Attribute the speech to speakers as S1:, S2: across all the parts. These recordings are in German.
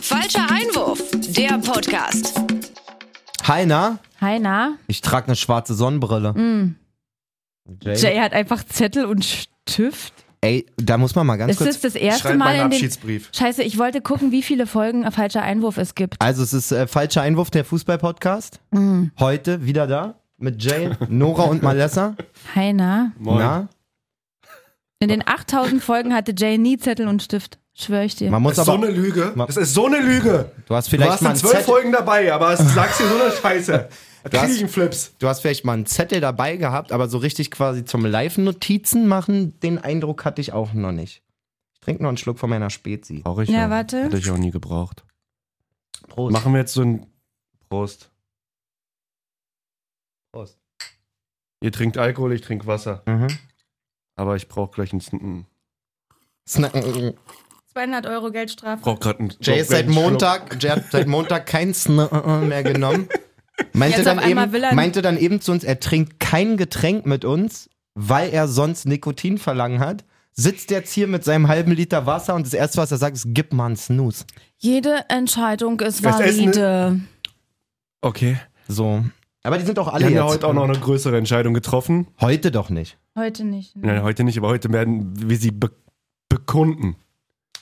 S1: Falscher Einwurf, der Podcast.
S2: Hi, na?
S3: Hi, na?
S2: Ich trage eine schwarze Sonnenbrille. Jay.
S3: Mm. Jay hat einfach Zettel und Stift.
S2: Ey, da muss man mal ganz
S3: Ist
S2: kurz.
S3: das das erste
S4: Schreib
S3: Mal
S4: meinen
S3: in den...
S4: Abschiedsbrief.
S3: Scheiße, ich wollte gucken, wie viele Folgen ein falscher Einwurf es gibt.
S2: Also, es ist äh, falscher Einwurf, der Fußball-Podcast.
S3: Mm.
S2: Heute wieder da mit Jay, Nora und Malessa.
S3: Hi, na?
S2: Na?
S3: In den 8000 Folgen hatte Jay nie Zettel und Stift. Schwör ich dir.
S2: Man muss
S4: Das ist so
S2: aber.
S4: eine Lüge.
S2: Ma-
S4: Das ist so eine Lüge.
S2: Du hast
S4: Du
S2: vielleicht
S4: hast
S2: mal
S4: in
S2: einen
S4: zwölf
S2: Zettel,
S4: Folgen dabei, aber es- sagst dir so eine Scheiße. Da
S2: hast-
S4: krieg ich einen Flips.
S2: Du hast vielleicht mal einen Zettel dabei gehabt, aber so richtig quasi zum Live-Notizen machen, den Eindruck hatte ich auch noch nicht. Ich trinke noch einen Schluck von meiner Spezi.
S4: Brauche ich
S3: Ja, auch. warte. Hätte
S4: ich auch nie gebraucht.
S2: Prost.
S4: wir jetzt so ein Prost.
S2: Prost.
S4: Ihr trinkt Alkohol, ich trinke Wasser.
S2: Mhm.
S4: Aber ich brauche gleich einen.
S2: Snacken.
S3: 200 Euro Geldstrafe.
S4: Brauche gerade einen.
S2: Jay ist seit Montag, Jay hat seit Montag kein Sn mehr genommen. Meinte
S3: Jetzt
S2: dann,
S3: auf einmal will
S2: eben,
S3: er-
S2: meinte dann eben zu uns, er trinkt kein Getränk mit uns, weil er sonst Nikotin verlangen hat. Sitzt jetzt hier mit seinem halben Liter Wasser und das erste, was er sagt, ist, gib mal einen Snooze.
S3: Jede Entscheidung ist
S4: Das Essen-
S2: ne?
S3: valide.
S4: Okay.
S2: So. Aber die sind auch alle
S4: Wir haben
S2: jetzt.
S4: ja heute auch noch eine größere Entscheidung getroffen.
S2: Heute doch nicht.
S3: Heute nicht. ne?
S4: Nein, heute nicht, aber heute werden wir sie be bekunden.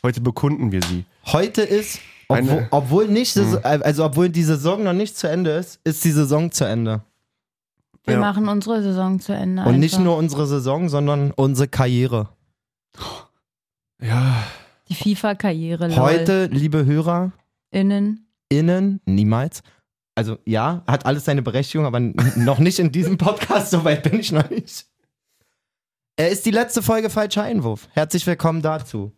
S4: Heute bekunden wir sie.
S2: Heute ist, obwohl,
S4: Eine- Hm.
S2: obwohl nicht, Saison- also obwohl die Saison noch nicht zu Ende ist, ist die Saison zu Ende.
S3: Wir
S4: Ja.
S3: machen unsere Saison zu Ende.
S2: Und nicht
S3: einfach.
S2: nur unsere Saison, sondern unsere Karriere.
S4: Ja.
S3: Die FIFA-Karriere.
S2: Heute, liebe Hörer,
S3: Innen.
S2: innen niemals. Also ja, hat alles seine Berechtigung, aber n- noch nicht in diesem Podcast, soweit bin ich noch nicht. Äh, ist die letzte Folge falscher Einwurf. Herzlich willkommen dazu.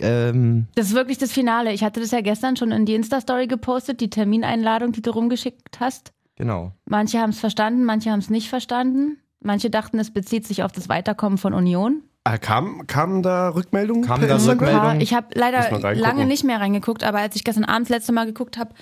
S2: Ähm,
S3: Das ist wirklich das Finale. Ich hatte das ja gestern schon in die Insta-Story gepostet, die Termineinladung, die du rumgeschickt hast.
S2: genau.
S3: Manche haben es verstanden, manche haben es nicht verstanden. Manche dachten, es bezieht sich auf das Weiterkommen von Union.
S4: Ah, kam, kam da Rückmeldungen?
S2: Kam
S4: per
S2: da
S4: Instagram?
S2: Rückmeldungen? Meldung.
S3: Ich habe
S4: Also Muss man
S3: leider
S4: reingucken.
S3: lange nicht mehr reingeguckt, aber als ich gestern Abend das letzte Mal geguckt habe,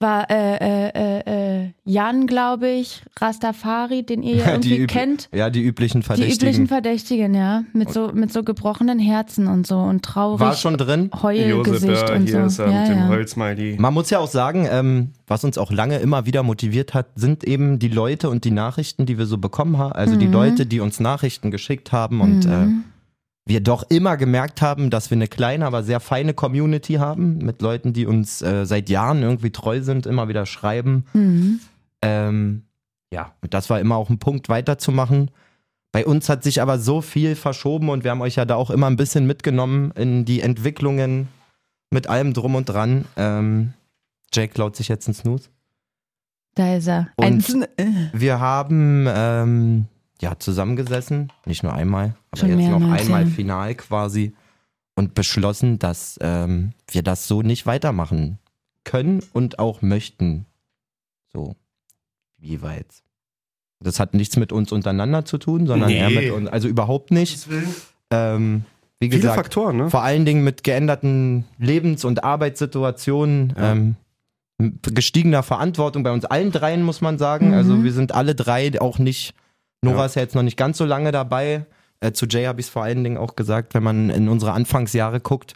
S3: war äh, äh, äh, äh, Jan, glaube ich, Rastafari, den ihr ja irgendwie
S2: üb-
S3: kennt.
S2: ja, die üblichen
S3: Die
S2: Verdächtigen.
S3: üblichen Verdächtigen, ja. Mit so, mit so gebrochenen Herzen und so und traurig.
S2: War schon drin.
S3: Heulgesicht
S4: da,
S3: und
S4: hier
S3: so.
S4: ist er
S3: ja,
S4: mit
S3: ja.
S4: dem Holzmiley.
S2: Man muss ja auch sagen, ähm, was uns auch lange immer wieder motiviert hat, sind eben die Leute und die Nachrichten, die wir so bekommen haben. Also die Leute, die uns Nachrichten geschickt haben und äh, wir doch immer gemerkt haben, dass wir eine kleine, aber sehr feine Community haben mit Leuten, die uns äh, seit Jahren irgendwie treu sind, immer wieder schreiben.
S3: Mhm.
S2: Ähm, ja, und das war immer auch ein Punkt, weiterzumachen. Bei uns hat sich aber so viel verschoben und wir haben euch ja da auch immer ein bisschen mitgenommen in die Entwicklungen mit allem drum und dran. Ähm, Jake klaut sich jetzt einen Snooze.
S3: Da ist er. Ein
S2: Wir haben ähm, ja zusammengesessen, nicht nur einmal, aber
S3: Schon
S2: jetzt noch
S3: mehrmals,
S2: einmal
S3: ja.
S2: final quasi und beschlossen, dass ähm, wir das so nicht weitermachen können und auch möchten. So, jeweils. Das hat nichts mit uns untereinander zu tun, sondern eher
S4: Nee.
S2: mit uns, also überhaupt nicht. Ähm, wie
S4: Viele
S2: gesagt,
S4: Faktoren, ne?
S2: vor allen Dingen mit geänderten Lebens- und Arbeitssituationen,
S4: Ja.
S2: ähm, m- gestiegener Verantwortung bei uns allen dreien, muss man sagen.
S3: Mhm.
S2: Also wir sind alle drei auch nicht, Nora
S4: Ja.
S2: ist ja jetzt noch nicht ganz so lange dabei. Äh, zu Jay habe ich es vor allen Dingen auch gesagt, wenn man in unsere Anfangsjahre guckt,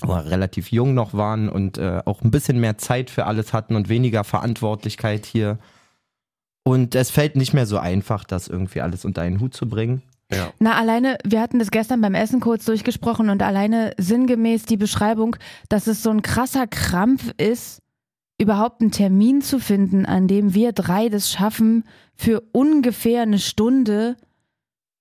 S2: wo wir relativ jung noch waren und äh, auch ein bisschen mehr Zeit für alles hatten und weniger Verantwortlichkeit hier. Und es fällt nicht mehr so einfach, das irgendwie alles unter einen Hut zu bringen.
S4: Ja.
S3: Na, alleine, wir hatten das gestern beim Essen kurz durchgesprochen und alleine sinngemäß die Beschreibung, dass es so ein krasser Krampf ist, überhaupt einen Termin zu finden, an dem wir drei das schaffen, für ungefähr eine Stunde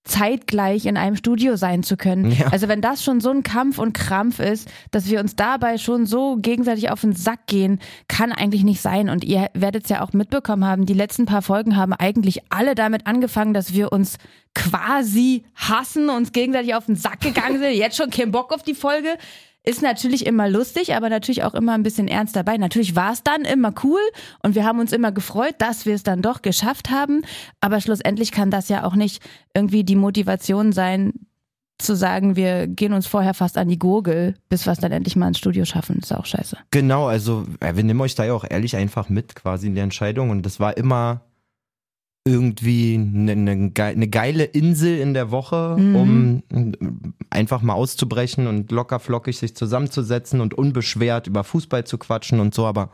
S3: zeitgleich in einem Studio sein zu können.
S2: Ja.
S3: Also wenn das schon so ein Kampf und Krampf ist, dass wir uns dabei schon so gegenseitig auf den Sack gehen, kann eigentlich nicht sein. Und ihr werdet es ja auch mitbekommen haben, die letzten paar Folgen haben eigentlich alle damit angefangen, dass wir uns quasi hassen, uns gegenseitig auf den Sack gegangen sind. Jetzt schon kein Bock auf die Folge. Ist natürlich immer lustig, aber natürlich auch immer ein bisschen ernst dabei. Natürlich war es dann immer cool und wir haben uns immer gefreut, dass wir es dann doch geschafft haben. Aber schlussendlich kann das ja auch nicht irgendwie die Motivation sein, zu sagen, wir gehen uns vorher fast an die Gurgel, bis wir es dann endlich mal ins Studio schaffen. Ist auch scheiße.
S2: Genau, also ja, wir nehmen euch da ja auch ehrlich einfach mit quasi in der Entscheidung und das war immer irgendwie eine, eine, ge eine geile Insel in der Woche, um mm, einfach mal auszubrechen und locker flockig sich zusammenzusetzen und unbeschwert über Fußball zu quatschen und so, aber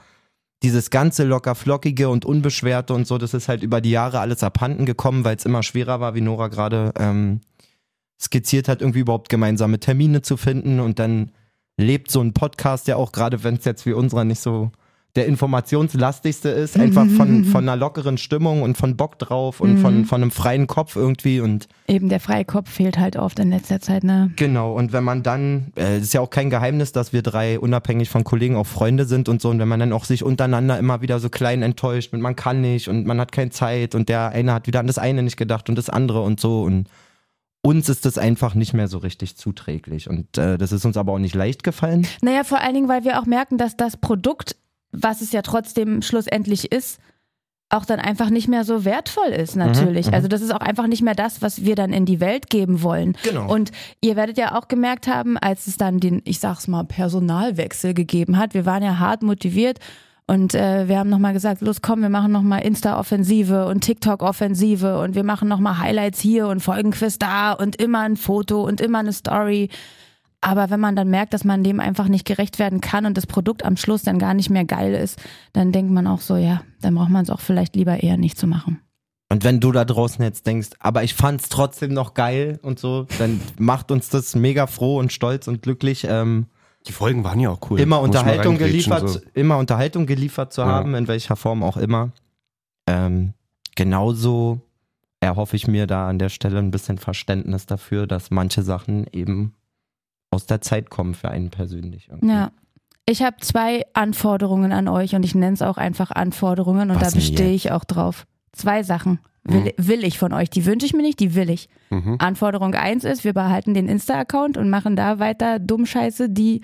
S2: dieses ganze locker flockige und unbeschwerte und so, das ist halt über die Jahre alles abhanden gekommen, weil es immer schwerer war, wie Nora gerade ähm, skizziert hat, irgendwie überhaupt gemeinsame Termine zu finden und dann lebt so ein Podcast ja auch, gerade wenn es jetzt wie unserer nicht so der informationslastigste ist, einfach von, von einer lockeren Stimmung und von Bock drauf und von, von einem freien Kopf irgendwie und
S3: Eben der freie Kopf fehlt halt oft in letzter Zeit, ne?
S2: Genau, und wenn man dann, äh, ist ja auch kein Geheimnis, dass wir drei unabhängig von Kollegen auch Freunde sind und so, und wenn man dann auch sich untereinander immer wieder so klein enttäuscht und man kann nicht und man hat keine Zeit und der eine hat wieder an das eine nicht gedacht und das andere und so und uns ist das einfach nicht mehr so richtig zuträglich und äh, das ist uns aber auch nicht leicht gefallen.
S3: Naja, vor allen Dingen, weil wir auch merken, dass das Produkt, was es ja trotzdem schlussendlich ist, auch dann einfach nicht mehr so wertvoll ist, natürlich. also das ist auch einfach nicht mehr das, was wir dann in die Welt geben wollen.
S2: Genau.
S3: Und ihr werdet ja auch gemerkt haben, als es dann den, ich sag's mal, Personalwechsel gegeben hat, wir waren ja hart motiviert und äh, wir haben nochmal gesagt, los komm, wir machen nochmal Insta-Offensive und TikTok-Offensive und wir machen nochmal Highlights hier und Folgenquiz da und immer ein Foto und immer eine Story. Aber wenn man dann merkt, dass man dem einfach nicht gerecht werden kann und das Produkt am Schluss dann gar nicht mehr geil ist, dann denkt man auch so, ja, dann braucht man es auch vielleicht lieber eher nicht zu machen.
S2: Und wenn du da draußen jetzt denkst, aber ich fand's trotzdem noch geil und so, dann macht uns das mega froh und stolz und glücklich. Ähm,
S4: Die Folgen waren ja auch cool.
S2: immer
S4: Muss ich mal
S2: Unterhaltung
S4: reingrätschen,
S2: geliefert,
S4: so.
S2: immer Unterhaltung geliefert zu
S4: Ja.
S2: haben, in welcher Form auch immer. Ähm, genauso erhoffe ich mir da an der Stelle ein bisschen Verständnis dafür, dass manche Sachen eben aus der Zeit kommen für einen persönlich. irgendwie.
S3: Ja. Ich habe zwei Anforderungen an euch und ich nenne es auch einfach Anforderungen und
S2: Was
S3: da
S2: denn Hm.
S3: bestehe ich auch drauf. Zwei Sachen will, will ich von euch. Die wünsche ich mir nicht, die will ich.
S4: Mhm.
S3: Anforderung eins ist, wir behalten den Insta-Account und machen da weiter Dummscheiße, die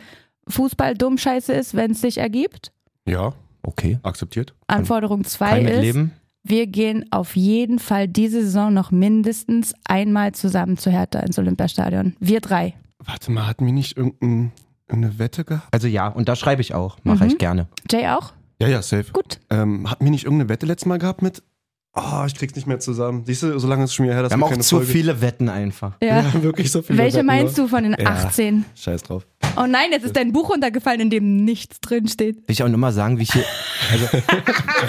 S3: Fußball-Dummscheiße ist, wenn es sich ergibt.
S4: Ja,
S2: Okay.
S4: akzeptiert.
S3: Anforderung
S2: Kann
S3: zwei
S2: ich mit
S3: ist,
S2: leben.
S3: wir gehen auf jeden Fall diese Saison noch mindestens einmal zusammen zu Hertha ins Olympiastadion. Wir drei.
S4: Warte mal, hatten wir nicht irgendein, irgendeine Wette gehabt?
S2: Also ja, und da schreibe ich auch, mache ich gerne.
S3: Jay auch?
S4: Ja, ja, safe.
S3: Gut.
S4: Ähm, hatten wir nicht irgendeine Wette letztes Mal gehabt mit? Oh, ich krieg's nicht mehr zusammen. Siehst du, so lange ist es schon wieder her, dass
S2: Wir haben
S4: wir
S2: auch
S4: keine
S2: zu
S4: Folge...
S2: viele Wetten einfach.
S3: Ja.
S4: Ja, wirklich so viele
S3: Welche
S4: Wetten, ne?
S3: meinst du von den
S4: Ja.
S3: 18?
S4: du? Scheiß drauf.
S3: Oh nein, jetzt ist dein Buch runtergefallen, in dem nichts drin steht.
S2: Will ich auch nochmal sagen, wie ich hier. Also,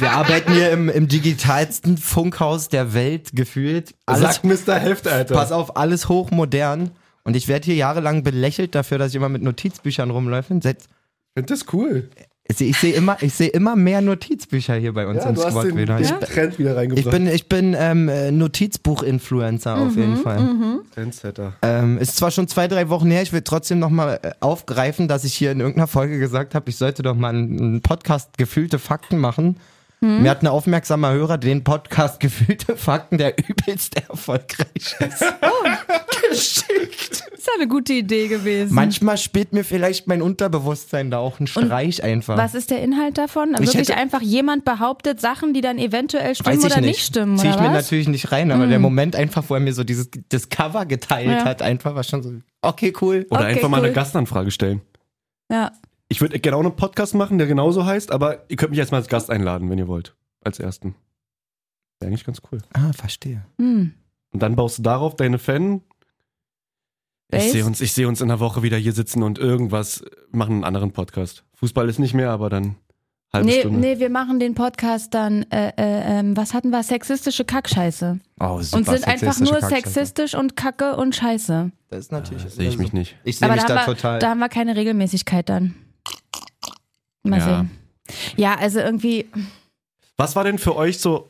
S2: wir arbeiten hier im, im digitalsten Funkhaus der Welt gefühlt. Alles
S4: Sagt Mr. Heft, Alter.
S2: Pass auf, alles hochmodern. Und ich werde hier jahrelang belächelt dafür, dass ich immer mit Notizbüchern rumläufe. Und jetzt-
S4: Find das cool.
S2: Ich sehe immer, ich sehe immer mehr Notizbücher hier bei uns
S4: Ja,
S2: im
S4: du hast
S2: Squad
S4: den,
S2: wieder.
S4: den
S2: Ich,
S4: Trend wieder
S2: ich
S4: reingebracht.
S2: bin, ich bin ähm, äh, Notizbuch-Influencer auf jeden Fall.
S4: Trendsetter.
S2: Ähm, ist zwar schon zwei, drei Wochen her, ich will trotzdem nochmal aufgreifen, dass ich hier in irgendeiner Folge gesagt habe, ich sollte doch mal einen einen Podcast Gefühlte Fakten machen.
S3: Hm?
S2: Mir hat ein aufmerksamer Hörer den Podcast Gefühlte Fakten, der übelst erfolgreich ist,
S3: Oh.
S2: geschickt.
S3: Ist ja eine gute Idee gewesen.
S2: Manchmal spielt mir vielleicht mein Unterbewusstsein da auch einen Streich einfach.
S3: Was ist der Inhalt davon? Also
S2: Ich
S3: Wirklich
S2: hätte-
S3: einfach jemand behauptet Sachen, die dann eventuell stimmen
S2: Weiß ich
S3: oder nicht,
S2: nicht.
S3: stimmen,
S2: Zieh ich
S3: oder
S2: mir
S3: was? Hm.
S2: natürlich nicht rein, aber der Moment einfach, wo er mir so dieses das Cover geteilt
S3: Ja.
S2: hat, einfach war schon so, okay, cool.
S4: Oder
S3: Okay,
S4: einfach mal
S3: cool.
S4: eine Gastanfrage stellen.
S3: Ja.
S4: Ich würde gerne auch einen Podcast machen, der genauso heißt, aber ihr könnt mich erstmal als Gast einladen, wenn ihr wollt. Als ersten. Wäre eigentlich ganz cool.
S2: Ah, verstehe.
S3: Hm.
S4: Und dann baust du darauf deine Fan.
S3: Base?
S4: Ich sehe uns, ich seh uns in der Woche wieder hier sitzen und irgendwas machen, einen anderen Podcast. Fußball ist nicht mehr, aber dann halbe
S3: Nee,
S4: Stunde.
S3: nee, wir machen den Podcast dann, äh, äh, ähm, was hatten wir? Sexistische Kackscheiße.
S2: Oh, super,
S3: Und sind einfach
S2: sexistische
S3: nur
S2: Kackscheiße.
S3: sexistisch und Kacke und Scheiße.
S2: Das ist natürlich.
S4: Das sehe ich mich nicht.
S2: Ich sehe
S3: Aber
S2: mich
S3: da,
S2: da
S3: haben wir,
S2: total.
S3: da haben wir keine Regelmäßigkeit dann. Mal
S4: Ja.
S3: sehen. Ja, also irgendwie,
S4: Was war denn für euch so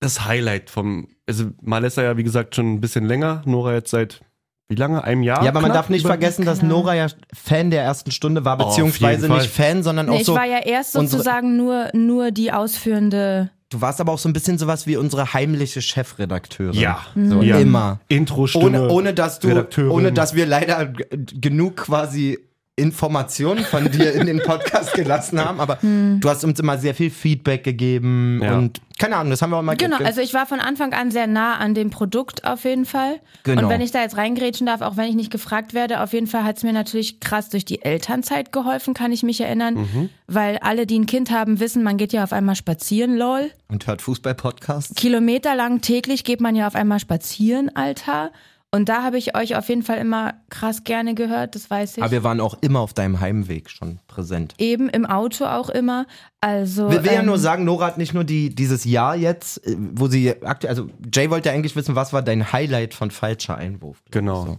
S4: das Highlight vom. Also, Malessa ja, wie gesagt, schon ein bisschen länger. Nora jetzt seit wie lange? Einem Jahr?
S2: ja, aber man
S4: knapp?
S2: darf nicht
S4: Über-
S2: vergessen, dass Nora ja Fan der ersten Stunde war,
S4: Oh, auf
S2: beziehungsweise
S4: jeden
S2: nicht Fan, sondern
S3: nee,
S2: auch
S3: ich
S2: so.
S3: war ja erst
S2: unsere-
S3: sozusagen nur, nur die ausführende.
S2: Du warst aber auch so ein bisschen sowas wie unsere heimliche Chefredakteurin.
S4: Ja.
S2: So
S4: ne? Mhm. Ja.
S2: immer.
S4: Intro-Stimme.
S2: Ohne, ohne dass du,
S4: Redakteurin.
S2: ohne dass wir leider g- genug quasi Informationen von dir in den Podcast gelassen haben, aber
S3: Hm.
S2: du hast uns immer sehr viel Feedback gegeben
S4: Ja.
S2: und keine Ahnung, das haben wir auch mal
S3: Genau,
S2: ge-
S3: also ich war von Anfang an sehr nah an dem Produkt auf jeden Fall.
S2: Genau.
S3: Und wenn ich da jetzt reingrätschen darf, auch wenn ich nicht gefragt werde, auf jeden Fall hat es mir natürlich krass durch die Elternzeit geholfen, kann ich mich erinnern.
S2: Mhm.
S3: Weil alle, die ein Kind haben, wissen, man geht ja auf einmal spazieren, lol.
S2: und hört Fußball-Podcasts.
S3: Kilometerlang täglich geht man ja auf einmal spazieren, Alter. Und da habe ich euch auf jeden Fall immer krass gerne gehört, das weiß ich.
S2: Aber wir waren auch immer auf deinem Heimweg schon präsent.
S3: Eben im Auto auch immer. Also.
S2: Wir will ja
S3: ähm,
S2: nur sagen, Nora hat nicht nur die, dieses Jahr jetzt, äh, wo sie aktuell, also Jay wollte ja eigentlich wissen, was war dein Highlight von falscher Einwurf?
S4: Genau.
S2: So.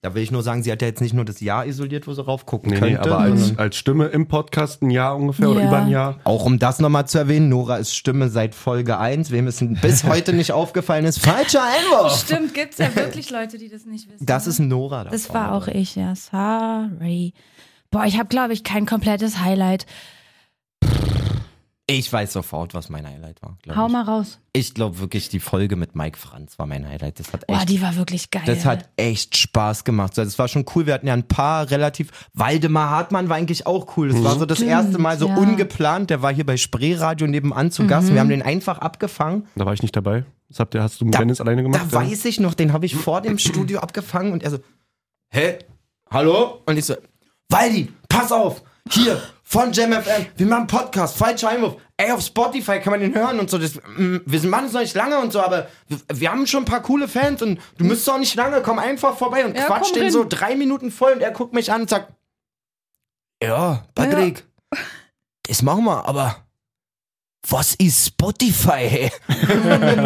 S2: Da will ich nur sagen, sie hat ja jetzt nicht nur das Jahr isoliert, wo sie raufgucken
S4: Nee, nee,
S2: könnte.
S4: aber als, als Stimme im Podcast ein Jahr ungefähr oder
S3: Ja.
S4: über ein Jahr.
S2: auch um das nochmal zu erwähnen, Nora ist Stimme seit Folge 1, wem es bis heute nicht aufgefallen ist, falscher Einwurf.
S3: Stimmt, gibt's ja wirklich Leute, die das nicht wissen.
S2: Das
S3: ne?
S2: ist Nora. Da
S3: Das
S2: vorne
S3: war auch
S2: drin.
S3: ich, ja. Sorry. Boah, ich habe, glaube ich, kein komplettes Highlight.
S2: Ich weiß sofort, was mein Highlight war. glaub
S3: Hau
S2: ich
S3: mal raus.
S2: ich glaube wirklich, die Folge mit Mike Franz war mein Highlight. Das hat echt
S3: Boah, die war wirklich geil.
S2: Das hat echt Spaß gemacht. So, Das war schon cool. Wir hatten ja ein paar relativ. Waldemar Hartmann war eigentlich auch cool. Das war so das
S3: Stimmt,
S2: erste Mal so
S3: ja. Mhm.
S2: ungeplant. Der war hier bei Spreeradio nebenan zu Gast. Wir haben den einfach abgefangen.
S4: Da war ich nicht dabei. Das habt ihr, hast du mit
S2: Da-
S4: Dennis alleine gemacht?
S2: Da weiß ich noch, den habe ich vor dem Studio abgefangen und er so, hä? Hallo? Und ich so, Waldi, pass auf! Hier, von JamFM, wir machen Podcast, falscher Einwurf. Ey, auf Spotify kann man den hören und so. Das, mm, wir sind- machen es noch nicht lange und so, aber wir, wir haben schon ein paar coole Fans und du müsstest auch nicht lange, komm einfach vorbei und
S3: Ja,
S2: quatsch
S3: komm
S2: den
S3: rein.
S2: so drei Minuten voll und er guckt mich an und sagt, ja, Patrick, das machen wir, aber was ist Spotify?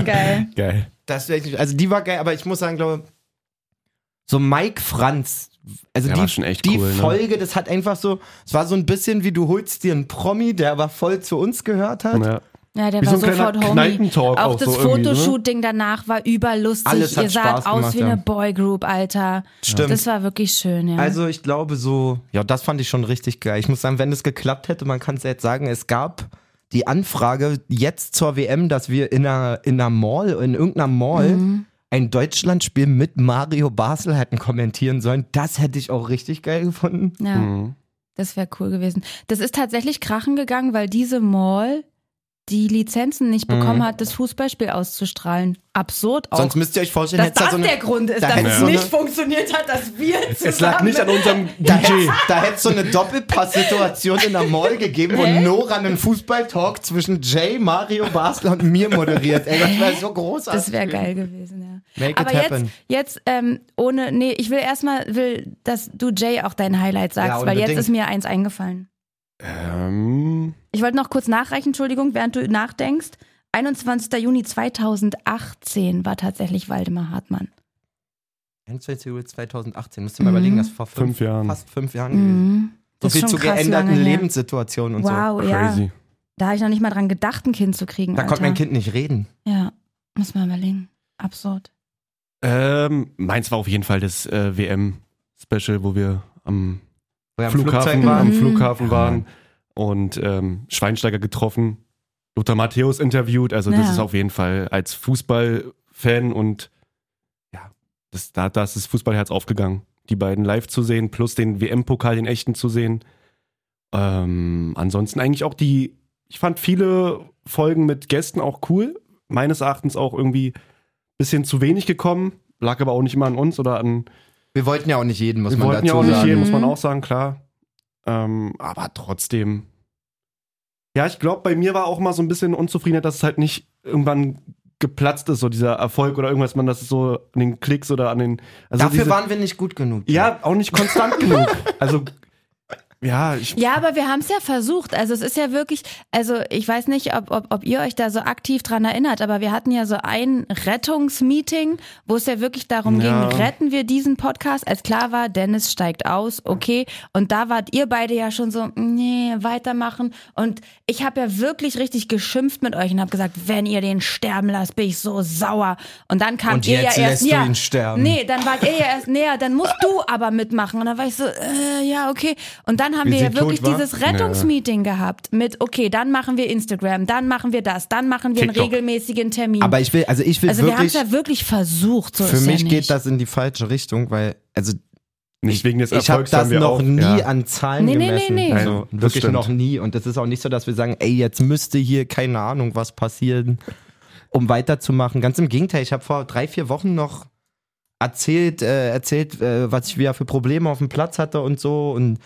S3: geil.
S4: Geil.
S2: Das wär ich, also die war geil, aber ich muss sagen, glaube so Mike Franz, also
S4: Der
S2: die,
S4: war schon echt
S2: die
S4: cool, ne?
S2: Folge, das hat einfach so, es war so ein bisschen wie du holst dir einen Promi, der aber voll zu uns gehört hat.
S4: Ja.
S3: Ja, der
S4: Wie
S3: war
S4: so ein
S3: sofort
S4: kleiner
S3: homie.
S4: Kneipentalk auch
S3: das
S4: so irgendwie,
S3: Fotoshooting danach war überlustig.
S2: ne? Alles hat
S3: Ihr saht
S2: Spaß
S3: aus
S2: gemacht,
S3: wie eine
S2: ja.
S3: Boygroup, Alter.
S2: Stimmt.
S3: Das war wirklich schön, ja.
S2: Also ich glaube so, ja, das fand ich schon richtig geil. Ich muss sagen, wenn es geklappt hätte, man kann es jetzt sagen, es gab die Anfrage jetzt zur WM, dass wir in einer, in einer Mall, in irgendeiner Mall
S3: Mhm.
S2: ein Deutschlandspiel mit Mario Basel hätten kommentieren sollen. Das hätte ich auch richtig geil gefunden.
S3: ja.
S2: Mhm.
S3: Das wäre cool gewesen. Das ist tatsächlich krachen gegangen, weil diese Mall die Lizenzen nicht bekommen hat, das Fußballspiel auszustrahlen. Absurd auch.
S2: Mhm. Sonst müsst ihr euch vorstellen,
S3: dass
S2: hätt's da
S3: das
S2: so eine,
S3: der Grund ist,
S2: da
S3: dass
S2: hätt's
S3: es
S2: so eine-
S3: nicht funktioniert hat, dass wir zusammen
S4: Es lag nicht an unserem
S2: Da
S4: DJ.
S2: hätt's- da hätt's so eine Doppelpass-Situation in der Mall gegeben, wo Nora einen Fußball-Talk zwischen Jay, Mario Basler und mir moderiert. Ey, das wäre so großartig.
S3: Das wäre geil gewesen, ja.
S2: Make it
S3: Aber
S2: happen.
S3: jetzt, jetzt ähm, ohne, nee, ich will erstmal, will, dass du Jay auch dein Highlight sagst, weil
S2: unbedingt.
S3: jetzt ist mir eins eingefallen.
S4: Ähm,
S3: Ich wollte noch kurz nachreichen, Entschuldigung, während du nachdenkst. 21. Juni 2018 war tatsächlich Waldemar Hartmann.
S2: 21. Juli 2018, müsst ihr mal überlegen, das ist vor fünf,
S4: Fünf Jahren.
S2: fast fünf Jahren gewesen. So
S3: Mhm. Das ist
S2: viel zu
S3: schon krass
S2: geänderten
S3: lange her.
S2: Lebenssituationen und so.
S3: Wow, Oh, ja.
S4: crazy.
S3: Da habe ich noch nicht mal dran gedacht, ein Kind zu kriegen.
S2: Da
S3: Alter.
S2: konnte mein Kind nicht reden.
S3: Ja, muss man überlegen. Absurd.
S4: Ähm, meins war auf jeden Fall das äh, WM-Special, wo wir am
S2: Wo er am
S4: Flughafen,
S2: Flugzeug war.
S4: am
S3: Mhm.
S4: Flughafen
S2: Ja.
S4: waren und ähm, Schweinsteiger getroffen, Lothar Matthäus interviewt. Also das
S3: Ja.
S4: ist auf jeden Fall als Fußballfan und ja, das, da, da ist das Fußballherz aufgegangen. Die beiden live zu sehen, plus den WM-Pokal, den echten zu sehen. Ähm, ansonsten eigentlich auch die, ich fand viele Folgen mit Gästen auch cool. Meines Erachtens auch irgendwie ein bisschen zu wenig gekommen. Lag aber auch nicht immer an uns oder an
S2: Wir wollten ja auch nicht jeden, muss
S4: wir
S2: man
S4: wollten
S2: dazu
S4: ja auch nicht
S2: sagen.
S4: jeden, muss man
S3: Mhm.
S4: auch sagen, klar. Ähm, aber trotzdem. Ja, ich glaube, bei mir war auch mal so ein bisschen Unzufriedenheit, dass es halt nicht irgendwann geplatzt ist, so dieser Erfolg oder irgendwas, man das so an den Klicks oder an den. Also
S2: Dafür
S4: diese-
S2: waren wir nicht gut genug.
S4: Ja, auch nicht konstant genug. Also, ja, ich.
S3: Ja, aber wir haben es ja versucht. Also es ist ja wirklich, also ich weiß nicht, ob, ob, ob ihr euch da so aktiv dran erinnert, aber wir hatten ja so ein Rettungsmeeting, wo es ja wirklich darum
S4: Ja.
S3: ging, retten wir diesen Podcast? Als klar war, Dennis steigt aus, okay. Und da wart ihr beide ja schon so, nee, weitermachen. Und ich habe ja wirklich richtig geschimpft mit euch und habe gesagt, wenn ihr den sterben lasst, bin ich so sauer. Und dann kam
S2: Und
S3: ihr
S2: jetzt
S3: ja erst,
S2: lässt du
S3: ja,
S2: ihn sterben.
S3: Nee, dann wart ihr ja erst näher, dann musst du aber mitmachen. Und dann war ich so, äh, ja, okay. Und dann haben
S2: Wie
S3: wir
S2: sie
S3: ja wirklich
S2: tot war?
S3: dieses Rettungsmeeting gehabt mit, okay, dann machen wir Instagram, dann machen wir das, dann machen wir
S4: TikTok.
S3: einen regelmäßigen Termin.
S2: Aber ich will, also ich will
S3: also wir haben
S2: wirklich.
S3: es ja wirklich versucht. So
S2: Für
S3: ist
S2: mich
S3: ja nicht.
S2: geht das in die falsche Richtung, weil, also
S4: Nicht wegen des
S2: Ich habe
S4: Erfolgs
S2: das
S4: haben wir
S2: noch
S4: auch,
S2: nie
S4: ja.
S2: an Zahlen
S3: Nee, nee,
S2: gemessen.
S3: nee, nee.
S2: Also
S4: Nein, das
S2: wirklich
S4: stimmt.
S2: noch nie. Und es ist auch nicht so, dass wir sagen, ey, jetzt müsste hier keine Ahnung was passieren, um weiterzumachen. Ganz im Gegenteil, ich habe vor drei, vier Wochen noch erzählt, äh, erzählt, äh, was ich wieder für Probleme auf dem Platz hatte und so und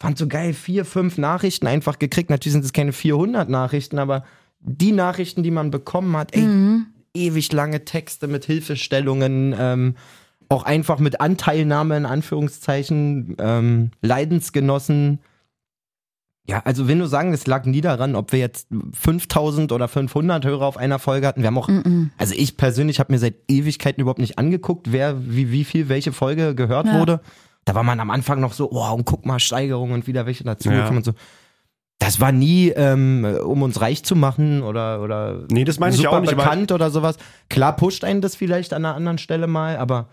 S2: fand so geil, vier, fünf Nachrichten einfach gekriegt. Natürlich sind es keine 400 Nachrichten, aber die Nachrichten, die man bekommen hat, ey, ewig lange Texte mit Hilfestellungen, ähm, auch einfach mit Anteilnahme in Anführungszeichen, ähm, Leidensgenossen. Ja, also wenn du sagen, es lag nie daran, ob wir jetzt 5000 oder 500 Hörer auf einer Folge hatten. Wir haben auch, also ich persönlich habe mir seit Ewigkeiten überhaupt nicht angeguckt, wer, wie, wie viel, welche Folge gehört
S3: Ja.
S2: wurde. Da war man am Anfang noch so, oh, und guck mal, Steigerung und wieder welche dazugekommen
S4: Ja.
S2: und so. Das war nie, ähm, um uns reich zu machen oder, oder
S4: Nee, das meine ich
S2: super
S4: auch nicht. aber-
S2: bekannt oder sowas. Klar pusht einen das vielleicht an einer anderen Stelle mal, aber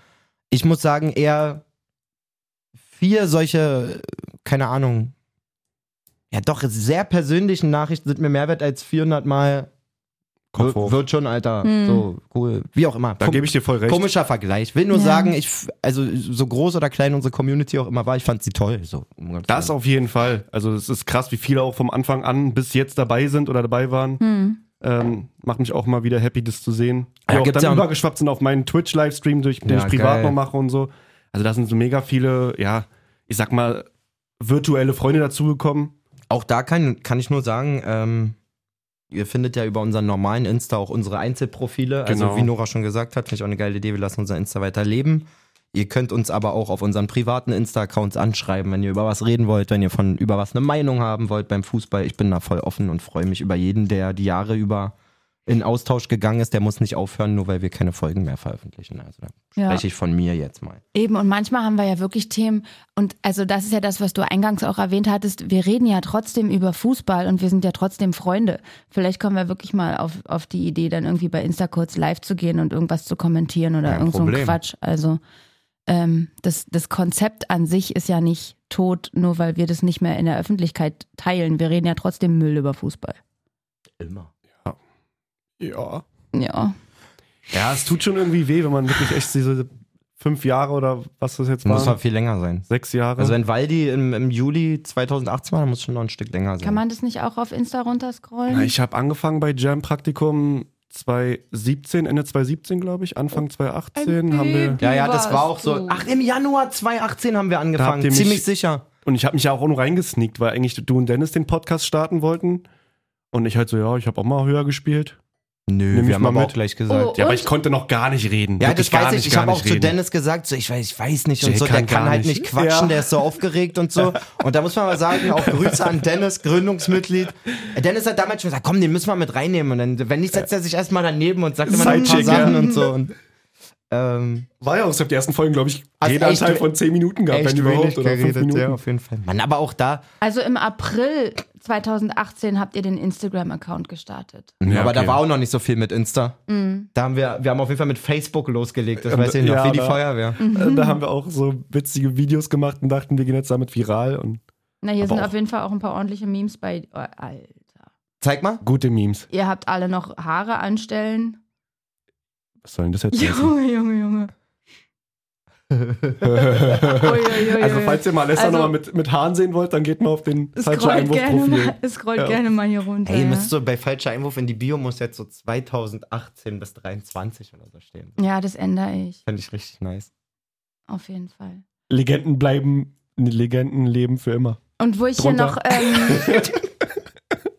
S2: ich muss sagen, eher vier solche, keine Ahnung, ja doch sehr persönlichen Nachrichten sind mir mehr wert als 400 Mal "Wir-
S4: Kopf hoch.
S2: wird schon, Alter, so cool, wie auch immer.
S4: Da
S2: Kom-
S4: gebe ich dir voll recht.
S2: Komischer Vergleich. Will nur
S3: Ja.
S2: sagen, ich, f- also so groß oder klein unsere Community auch immer war, ich fand sie toll. So, um Gottes
S4: Das
S2: Willen.
S4: auf jeden Fall. Also es ist krass, wie viele auch vom Anfang an bis jetzt dabei sind oder dabei waren.
S3: Hm.
S4: Ähm, macht mich auch mal wieder happy, das zu sehen.
S2: Ja,
S4: Ja, auch
S2: gibt's
S4: dann
S2: ja auch-
S4: übergeschwappt sind auf meinen Twitch-Livestream, durch den
S2: Ja,
S4: ich privat
S2: geil.
S4: noch mache und so. Also da sind so mega viele, ja, ich sag mal, virtuelle Freunde dazugekommen.
S2: Auch da kann, kann ich nur sagen, ähm, ihr findet ja über unseren normalen Insta auch unsere Einzelprofile. Also
S4: Genau.
S2: wie Nora schon gesagt hat, finde ich auch eine geile Idee, wir lassen unser Insta weiter leben. Ihr könnt uns aber auch auf unseren privaten Insta-Accounts anschreiben, wenn ihr über was reden wollt, wenn ihr von über was eine Meinung haben wollt beim Fußball. Ich bin da voll offen und freue mich über jeden, der die Jahre über in Austausch gegangen ist. Der muss nicht aufhören, nur weil wir keine Folgen mehr veröffentlichen. Also da
S3: Ja.
S2: spreche ich von mir jetzt mal.
S3: Eben, und manchmal haben wir ja wirklich Themen, und also das ist ja das, was du eingangs auch erwähnt hattest, wir reden ja trotzdem über Fußball und wir sind ja trotzdem Freunde. Vielleicht kommen wir wirklich mal auf, auf die Idee, dann irgendwie bei Insta kurz live zu gehen und irgendwas zu kommentieren oder
S2: Kein
S3: irgend so ein
S2: Problem.
S3: Quatsch. Also ähm, das, das Konzept an sich ist ja nicht tot, nur weil wir das nicht mehr in der Öffentlichkeit teilen. Wir reden ja trotzdem Müll über Fußball.
S2: Immer.
S4: Ja.
S3: Ja.
S4: Ja, es tut schon irgendwie weh, wenn man wirklich echt diese fünf Jahre oder was das jetzt
S2: Muss
S4: war,
S2: doch viel länger sein.
S4: sechs Jahre.
S2: Also wenn Waldi im, im Juli 2018 war, dann muss es schon noch ein Stück länger sein.
S3: Kann man das nicht auch auf Insta runterscrollen?
S4: Ja, ich habe angefangen bei Jam Praktikum 2017, Ende 2017, glaube ich, Anfang 2018 haben wir
S2: ja, ja, das
S3: warst
S2: war auch so.
S3: du?
S2: Ach, im Januar 2018 haben wir
S4: Da habt
S2: angefangen.
S4: ihr mich-
S2: Ziemlich sicher.
S4: und ich habe mich ja auch nur reingesneakt, weil eigentlich du und Dennis den Podcast starten wollten und ich halt so, ja, ich habe auch mal höher gespielt.
S2: Nö,
S4: wir haben aber auch
S2: gleich
S3: gesagt.
S4: Ja, aber
S3: Und?
S4: ich konnte noch gar nicht reden.
S2: Ja,
S4: Wirklich
S2: das weiß
S4: gar
S2: ich.
S4: nicht,
S2: Ich
S4: gar
S2: habe auch
S4: nicht
S2: zu
S4: reden.
S2: Dennis gesagt, so, ich weiß, ich weiß nicht und
S4: Jay
S2: so, der
S4: kann
S2: kann
S4: gar
S2: halt
S4: nicht.
S2: nicht quatschen,
S4: Ja.
S2: der ist so aufgeregt und so. Und da muss man mal sagen, auch Grüße an Dennis, Gründungsmitglied. Dennis hat damals schon gesagt, komm, den müssen wir mit reinnehmen. Und dann, wenn nicht, setzt er sich erstmal daneben und sagt immer noch ein paar
S4: Sidekick, ja.
S2: Sachen und so. Und, ähm,
S4: War ja auch, ich habe die ersten Folgen, glaube ich,
S2: Hast
S4: jeden
S2: Also echt
S4: Anteil
S2: we-
S4: von 10 Minuten gehabt, wenn überhaupt, oder 5 Minuten.
S2: ja, auf jeden Fall. Mann, aber auch da,
S3: Also im April 2018 habt ihr den Instagram-Account gestartet.
S4: Ja,
S2: aber da
S4: okay.
S2: war auch noch nicht so viel mit Insta.
S3: Mhm.
S2: Da haben wir, wir haben auf jeden Fall mit Facebook losgelegt, das
S4: Ähm,
S2: weiß ich noch,
S4: ja,
S2: wie die
S4: da-
S2: Feuerwehr.
S3: Mhm.
S4: Äh, Da haben wir auch so witzige Videos gemacht und dachten, wir gehen jetzt damit viral und
S3: Na, hier
S4: Aber
S3: sind
S4: auch-
S3: auf jeden Fall auch ein paar ordentliche Memes bei. Oh, Alter.
S2: Zeig mal.
S4: gute Memes.
S3: Ihr habt alle noch Haare anstellen.
S4: Was soll denn das jetzt heißen?
S3: Junge, Junge, Junge. Uiuiuiui.
S4: Also falls ihr mal Alessa
S3: Also-
S4: nochmal mit, mit Haaren sehen wollt, dann geht mal auf den falschen
S3: scrollt, gerne
S4: Einwurfprofil.
S3: mal, scrollt
S4: Ja.
S3: gerne mal hier runter.
S2: Ey, ihr
S3: ja.
S2: müsst so bei falscher Einwurf in die Bio muss jetzt so 2018 bis 23 oder so stehen.
S3: ja, das ändere ich.
S2: Fände ich richtig nice.
S3: Auf jeden Fall.
S4: Legenden bleiben, Legenden leben für immer.
S3: Und wo ich
S4: Drunter.
S3: hier noch ähm,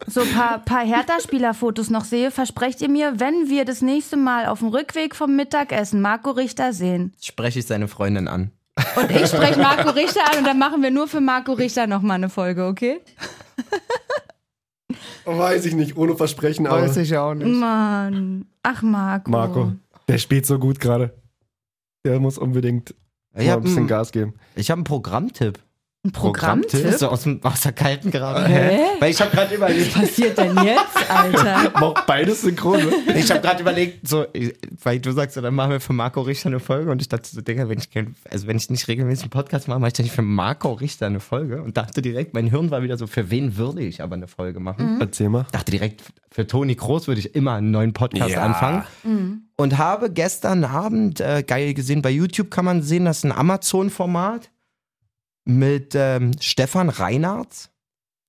S3: so ein paar, paar Hertha-Spieler-Fotos noch sehe, versprecht ihr mir, wenn wir das nächste Mal auf dem Rückweg vom Mittagessen Marco Richter sehen.
S2: Jetzt Spreche ich seine Freundin an.
S3: Und ich spreche Marco Richter an und dann machen wir nur für Marco Richter nochmal eine Folge, okay?
S4: Weiß ich nicht, ohne Versprechen, aber
S2: ich auch
S3: Mann. Ach, Marco.
S4: Marco, der spielt so gut gerade. Der muss unbedingt
S2: Ich
S4: mal ein
S2: habe
S4: bisschen
S2: einen
S4: Gas geben.
S2: hab einen Programmtipp.
S3: Ein Programmtipp?
S2: So aus, dem- aus der kalten gerade.
S3: Hä?
S2: Weil ich habe gerade überlegt,
S3: Was passiert denn jetzt, Alter?
S4: Aber auch beides synchron. ne?
S2: Ich habe gerade überlegt, so, ich- weil du sagst, so, dann machen wir für Marco Richter eine Folge und ich dachte so, Digga, wenn ich, kein, also wenn ich nicht regelmäßig einen Podcast mache, mache ich dann nicht für Marco Richter eine Folge und dachte direkt, mein Hirn war wieder so, für wen würde ich aber eine Folge machen?
S4: Erzähl mal.
S2: Dachte direkt, für Toni Groß würde ich immer einen neuen Podcast
S4: Ja.
S2: anfangen. Und habe gestern Abend, äh, geil gesehen, bei YouTube kann man sehen, das ist ein Amazon-Format. mit ähm, Stefan Reinhardt,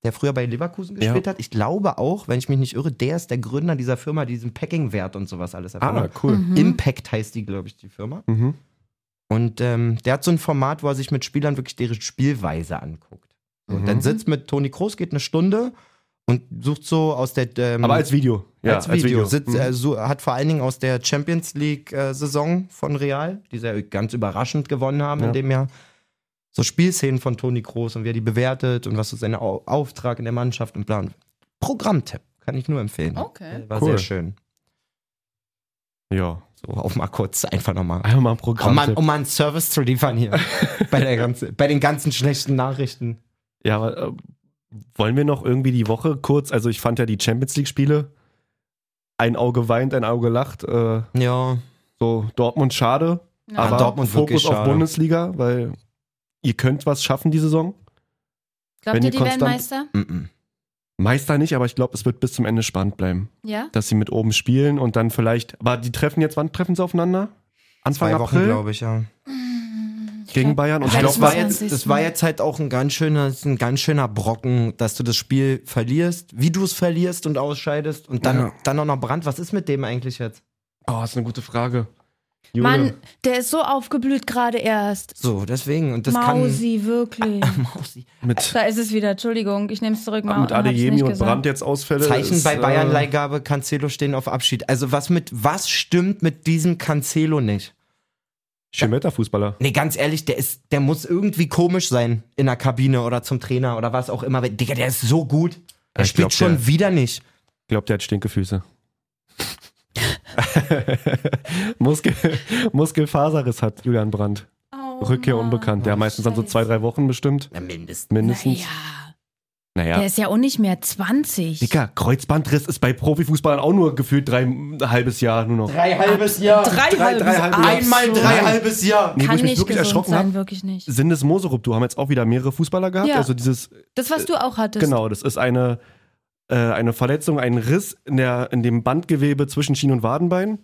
S2: der früher bei Leverkusen
S4: Ja.
S2: gespielt hat. Ich glaube auch, wenn ich mich nicht irre, der ist der Gründer dieser Firma, die diesen Packing-Wert und sowas alles erfunden
S4: Ah,
S2: hat. ne?
S4: cool.
S3: Mhm.
S2: Impact heißt die, glaube ich, die Firma.
S4: Mhm.
S2: Und ähm, der hat so ein Format, wo er sich mit Spielern wirklich deren Spielweise anguckt. Und
S4: Mhm.
S2: dann sitzt mit Toni Kroos, geht eine Stunde und sucht so aus der. Ähm,
S4: Aber als Video.
S2: als Video. Sitzt,
S4: Mhm.
S2: äh, so, hat vor allen Dingen aus der Champions League-Saison von Real, die sie ja ganz überraschend gewonnen haben
S4: Ja.
S2: in dem Jahr, so Spielszenen von Toni Kroos und wie er die bewertet und was so sein Au Auftrag in der Mannschaft und bla. und- Programmtipp, kann ich nur empfehlen. Äh,
S3: Okay.
S2: War
S4: Cool.
S2: sehr schön.
S4: ja.
S2: So, auf mal kurz, einfach nochmal.
S4: Einmal mal
S2: Um
S4: ein Programm.
S2: mal, um mal einen Service zu liefern hier. bei, der ganzen, bei den ganzen schlechten Nachrichten.
S4: Ja, aber äh, wollen wir noch irgendwie die Woche kurz, also ich fand ja die Champions League-Spiele, ein Auge weint, ein Auge lacht, äh,
S2: Ja.
S4: so Dortmund schade,
S3: Ja.
S4: aber
S2: Dortmund
S4: Fokus
S2: wirklich
S4: auf
S2: schade.
S4: Bundesliga, weil ihr könnt was schaffen die Saison.
S3: Glaubt
S4: wenn
S3: ihr,
S4: ihr
S3: die werden
S4: konstant-
S3: Meister?
S2: Mhm.
S4: Meister nicht, aber ich glaube, es wird bis zum Ende spannend bleiben,
S3: Ja?
S4: dass sie mit oben spielen und dann vielleicht, aber die treffen jetzt, wann treffen sie aufeinander? Anfang
S2: Zwei Wochen,
S4: April
S2: glaube ich, ja.
S4: gegen Bayern
S2: Und
S4: und
S2: ich
S4: ich
S2: glaube,
S4: glaub,
S2: war jetzt, das war jetzt halt auch ein ganz schöner, ist ein ganz schöner Brocken, dass du das Spiel verlierst, wie du es verlierst und ausscheidest und dann,
S4: Ja.
S2: dann auch noch Brand. Was ist mit dem eigentlich jetzt?
S4: oh, ist eine gute Frage. Jule,
S3: Mann, der ist so aufgeblüht gerade erst.
S2: So, deswegen. Und das
S3: Mausi, wirklich.
S2: kann. Mausi.
S4: mit,
S3: Da ist es wieder, Entschuldigung, ich nehme es zurück. Mau-
S4: mit
S3: hab's nicht
S4: Adeyemi und
S3: gesagt.
S4: Brandt jetzt Ausfälle.
S2: Zeichen
S4: ist,
S2: bei
S4: äh,
S2: Bayern-Leihgabe, Cancelo stehen auf Abschied. Also, was mit, was stimmt mit diesem Cancelo nicht?
S4: Schön Wetterfußballer.
S2: Nee, ganz ehrlich, der ist, der muss irgendwie komisch sein in der Kabine oder zum Trainer oder was auch immer. weil, Digga, der ist so gut. Er
S4: Ich
S2: spielt
S4: glaub,
S2: schon
S4: der-
S2: wieder nicht.
S4: glaube, der hat Stinkefüße. Muskel, Muskelfaserriss hat Julian Brandt.
S3: Oh,
S4: Rückkehr
S3: Mann.
S4: unbekannt. Der meistens dann so zwei, drei Wochen bestimmt.
S2: Na, mindestens.
S4: Mindestens.
S3: Naja,
S4: Naja.
S3: der ist ja auch nicht mehr 20.
S4: Dicker, Kreuzbandriss ist bei Profifußballern auch nur gefühlt drei, ein halbes Jahr nur noch.
S2: Drei halbes Jahr.
S3: Drei halbes-
S2: Einmal
S3: Ach so.
S2: drei halbes Jahr.
S4: Nee, wo
S3: Kann
S4: ich mich
S3: nicht
S4: wirklich
S3: gesund
S4: erschrocken
S3: sein,
S4: hab.
S3: wirklich nicht.
S4: Sindes Moserupdu haben jetzt auch wieder mehrere Fußballer gehabt.
S3: Ja.
S4: Also dieses,
S3: Das, was du auch hattest.
S4: genau, das ist eine, äh, eine Verletzung, ein Riss in, der, in dem Bandgewebe zwischen Schien- und Wadenbein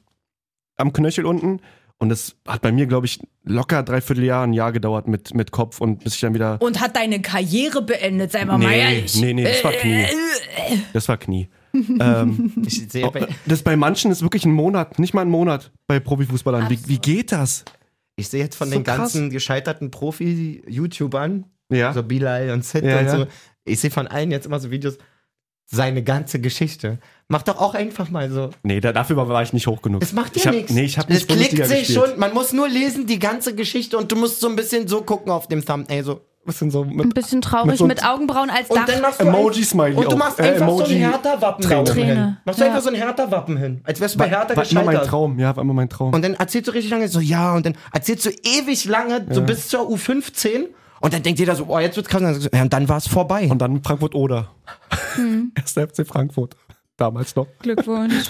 S4: am Knöchel unten. Und das hat bei mir, glaube ich, locker dreiviertel Jahr, ein Jahr gedauert mit, mit Kopf und bis ich dann wieder
S3: Und hat deine Karriere beendet, sei mal
S4: Nee,
S3: mal ehrlich. Äh,
S4: nee, nee, das war Knie. Das war Knie. ähm,
S2: Ich sehe, bei-
S4: das bei manchen ist wirklich ein Monat, nicht mal ein Monat bei Profifußballern. Wie, wie geht das?
S2: ich sehe jetzt von
S4: So
S2: den
S4: krass.
S2: ganzen gescheiterten Profi-YouTubern,
S4: Ja.
S2: so Bilal und Sid
S4: Ja,
S2: und
S4: ja.
S2: so, ich sehe von allen jetzt immer so Videos, seine ganze Geschichte. Mach doch auch einfach mal so.
S4: Nee, da, dafür war, war ich nicht hoch genug.
S2: Es macht
S4: ich
S2: ja
S4: hab-
S2: nichts.
S4: Nee, ich habe
S2: Es
S4: nicht
S2: klickt
S4: Bundesliga
S2: sich
S4: gespielt.
S2: schon. Man muss nur lesen die ganze Geschichte und du musst so ein bisschen so gucken auf dem Thumbnail. So.
S4: bisschen so
S3: Ein
S4: mit
S3: bisschen traurig mit,
S4: Mit so-
S3: Augenbrauen als Dach.
S2: machst
S4: Emoji-Smiley
S2: Und du
S4: auch.
S2: machst
S4: Äh,
S2: einfach so ein
S4: Emoji-
S2: Hertha-Wappen da
S4: Träne.
S2: oben hin.
S3: Träne.
S2: Machst du
S3: Ja.
S2: einfach so ein Hertha-Wappen hin. Als wärst du bei
S4: war,
S2: Hertha
S4: war immer mein
S2: gescheitert.
S4: Traum. Ja, war immer mein Traum.
S2: Und dann erzählst du richtig lange so, ja, und dann erzählst du ewig lange, so bis zur U15. Und dann denkt jeder so, oh, jetzt wird's krass. Und dann, sagst du, ja, und dann war's vorbei.
S4: Und dann Frankfurt oder. Erster FC Frankfurt. Damals noch.
S3: Glückwunsch.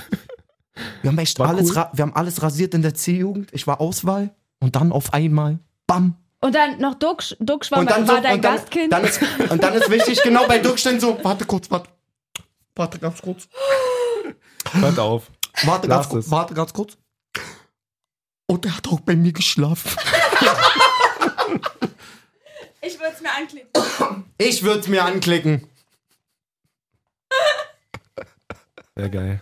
S2: wir haben echt
S4: war
S2: alles,
S4: cool.
S2: ra wir haben alles rasiert in der C-Jugend. Ich war Auswahl. Und dann auf einmal, bam.
S3: Und dann noch Duxch. Duxch war,
S2: und dann
S3: war
S2: so,
S3: dein
S2: und dann,
S3: Gastkind.
S2: Dann ist, und dann ist wichtig, genau bei Durchstehen so, warte kurz, warte. Warte ganz kurz.
S4: Hört auf.
S2: Warte ganz,
S4: Lass
S2: kurz,
S4: es.
S2: warte ganz kurz. Und er hat auch bei mir geschlafen.
S3: ich würde es mir anklicken.
S2: Ich würd's mir anklicken.
S4: Sehr geil.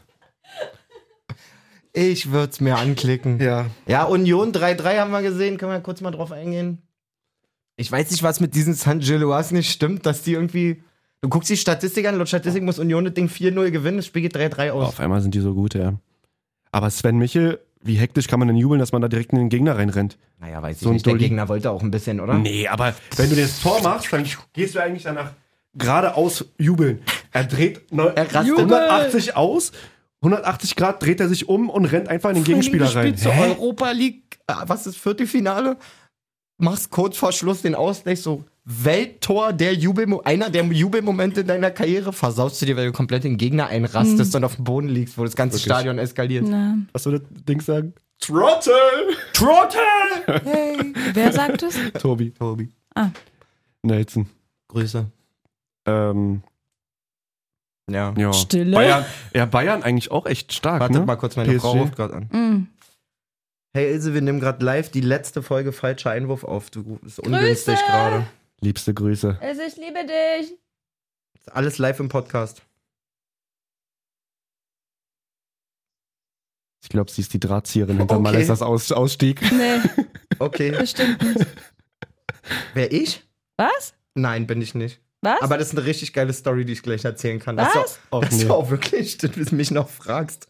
S2: Ich würd's mir anklicken.
S4: Ja.
S2: Ja, Union 3-3 haben wir gesehen. Können wir kurz mal drauf eingehen? Ich weiß nicht, was mit diesen San Giloas nicht stimmt, dass die irgendwie. Du guckst die Statistik an, laut Statistik muss Union das Ding 4-0 gewinnen, das Spiel geht 3-3 aus.
S4: Auf einmal sind die so gut, ja. Aber Sven Michel, wie hektisch kann man denn jubeln, dass man da direkt in den Gegner reinrennt?
S2: Naja, weiß ich
S4: So ein
S2: nicht. Der
S4: Dulli.
S2: Gegner wollte auch ein bisschen, oder?
S4: Nee, aber wenn du dir das Tor machst, dann gehst du eigentlich danach geradeaus jubeln. Er dreht neu-
S2: Er rastet.
S4: 180 aus, 180 Grad dreht er sich um und rennt einfach in den Gegenspieler rein.
S2: Spiel zur
S4: Hä?
S2: Europa League, äh, was ist Viertelfinale? Machst kurz vor Schluss den Ausgleich so. Welttor der Jubelmo einer der Jubelmomente in deiner Karriere versaust du dir, weil du komplett den Gegner einrastest und auf dem Boden liegst, wo das ganze
S4: Mhm. Wirklich.
S2: Stadion eskaliert.
S3: Na,
S4: Was soll das Ding sagen? Trottel! Trottel!
S3: wer sagt es?
S4: Tobi. Tobi.
S3: Ah.
S4: Nelson.
S2: Grüße.
S4: Ähm,
S2: Ja.
S4: ja.
S3: Stille.
S4: Bayern, ja, Bayern eigentlich auch echt stark.
S2: Wartet
S4: ne?
S2: mal kurz, meine
S4: PSG.
S2: Frau ruft gerade an.
S3: Mm.
S2: Hey Ilse, wir nehmen gerade live die letzte Folge falscher Einwurf auf. Du ist ungünstig gerade.
S4: Liebste Grüße.
S3: Es, Also ich liebe dich.
S2: Ist Alles live im Podcast.
S4: Ich glaube, sie ist die Drahtzieherin hinter
S2: Okay.
S4: Malessas Aus Ausstieg.
S3: Nee,
S2: Okay.
S3: bestimmt nicht.
S2: Wer ich?
S3: Was?
S2: Nein, bin ich nicht.
S3: Was?
S2: Aber das ist eine richtig geile Story, die ich gleich erzählen kann.
S3: Was?
S2: Das
S4: Oh,
S2: Dass
S4: nee.
S2: du auch wirklich dass du mich noch fragst.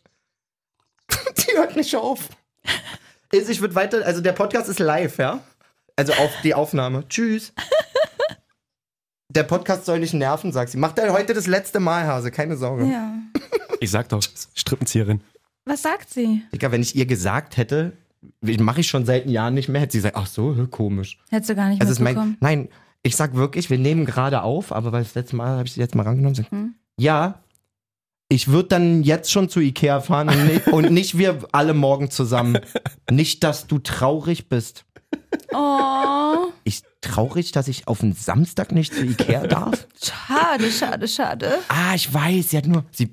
S2: Die hört nicht auf. Also ich würde weiter, also der Podcast ist live, ja? Also auf die Aufnahme. Tschüss. Der Podcast soll nicht nerven, sagt sie. Macht er heute das letzte Mal, Hase, keine Sorge.
S3: Ja.
S4: Ich sag doch, Strippenzieherin.
S3: Was sagt sie?
S2: Digga, wenn ich ihr gesagt hätte, mache ich schon seit einem Jahr nicht mehr, hätte sie gesagt, ach so, hä, komisch.
S3: Hättest du gar nicht
S2: Also es
S3: mitbekommen.
S2: mein, nein, ich sag wirklich, wir nehmen gerade auf, aber weil das letzte Mal habe ich sie jetzt mal rangenommen. Sag,
S3: Hm.
S2: Ja, ich würde dann jetzt schon zu Ikea fahren und nicht, und nicht wir alle morgen zusammen. Nicht, dass du traurig bist.
S3: Oh,
S2: Ich traurig, dass ich auf den Samstag nicht zu Ikea darf?
S3: schade, schade, schade.
S2: Ah, ich weiß, sie hat nur. Sie,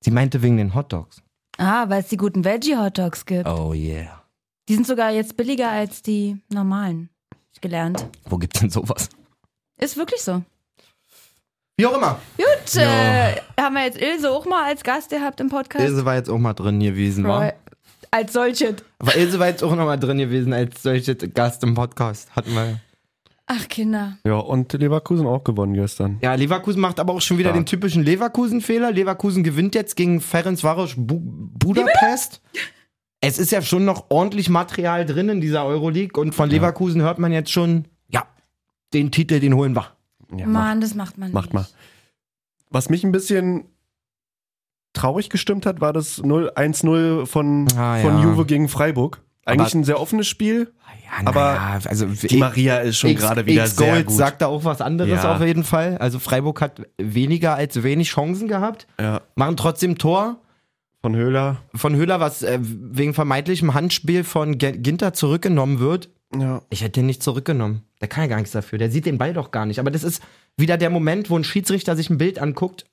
S2: sie meinte wegen den Hotdogs.
S3: Ah, weil es die guten Veggie-Hotdogs gibt.
S2: Oh yeah.
S3: Die sind sogar jetzt billiger als die normalen. Hab ich gelernt.
S2: Wo gibt's denn sowas?
S3: Ist wirklich so.
S2: Wie auch immer.
S3: Gut, äh, haben wir jetzt Ilse auch mal als Gast gehabt im Podcast?
S2: Ilse war jetzt auch mal drin gewesen, war.
S3: Als solche.
S2: Aber Ilse war jetzt auch noch mal drin gewesen als solche Gast im Podcast. Hatten wir.
S3: Ach, Kinder.
S4: Ja, und Leverkusen auch gewonnen gestern.
S2: Ja, Leverkusen macht aber auch schon wieder
S4: Stark.
S2: den typischen Leverkusen-Fehler. Leverkusen gewinnt jetzt gegen Ferencvaros Bu Budapest. Es ist ja schon noch ordentlich Material drin in dieser Euroleague und von Leverkusen hört man jetzt schon, ja, den Titel, den holen wir.
S4: Ja,
S3: Mann, das macht man
S4: Macht
S3: nicht.
S4: mal. Was mich ein bisschen traurig gestimmt hat, war das 0-1-0 von,
S2: Ah,
S4: von
S2: ja.
S4: Juve gegen Freiburg. Eigentlich
S2: Aber-
S4: ein sehr offenes Spiel. na ja,
S2: also
S4: Die Maria ist schon gerade wieder sehr gut.
S2: sagt da auch was anderes
S4: Ja.
S2: auf jeden Fall. Also Freiburg hat weniger als wenig Chancen gehabt,
S4: ja,
S2: machen trotzdem Tor.
S4: von Höhler.
S2: Von Höhler, was äh, wegen vermeintlichem Handspiel von Ge- Ginter zurückgenommen wird,
S4: Ja.
S2: Ich hätte den nicht zurückgenommen. Der kann ja gar nichts dafür. Der sieht den Ball doch gar nicht. Aber das ist wieder der Moment, wo ein Schiedsrichter sich ein Bild anguckt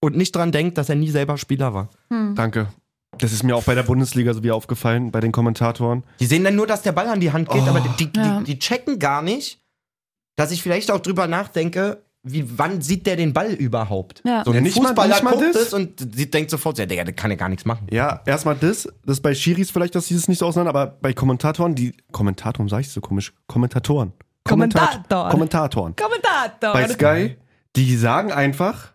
S2: und nicht dran denkt, dass er nie selber Spieler war.
S3: Hm.
S4: Danke. Das ist mir auch bei der Bundesliga so wieder aufgefallen, bei den Kommentatoren.
S2: Die sehen dann nur, dass der Ball an die Hand geht,
S4: Oh.
S2: aber die, die,
S3: Ja.
S2: die, die checken gar nicht, dass ich vielleicht auch drüber nachdenke, wie, wann sieht der den Ball überhaupt?
S3: Ja.
S2: So ein
S4: Ja, nicht mal-
S2: Fußballer
S4: nicht mal
S2: guckt
S4: das.
S2: es und sieht, denkt sofort, ja, Digga, der kann ja gar nichts machen.
S4: Ja, erstmal das, das bei Schiris vielleicht, dass sie das nicht so auseinander, aber bei Kommentatoren, die Kommentatoren sage ich so komisch, Kommentatoren. Kommentat-
S3: Kommentatoren.
S4: Kommentatoren.
S3: Kommentator.
S4: bei Sky, die sagen einfach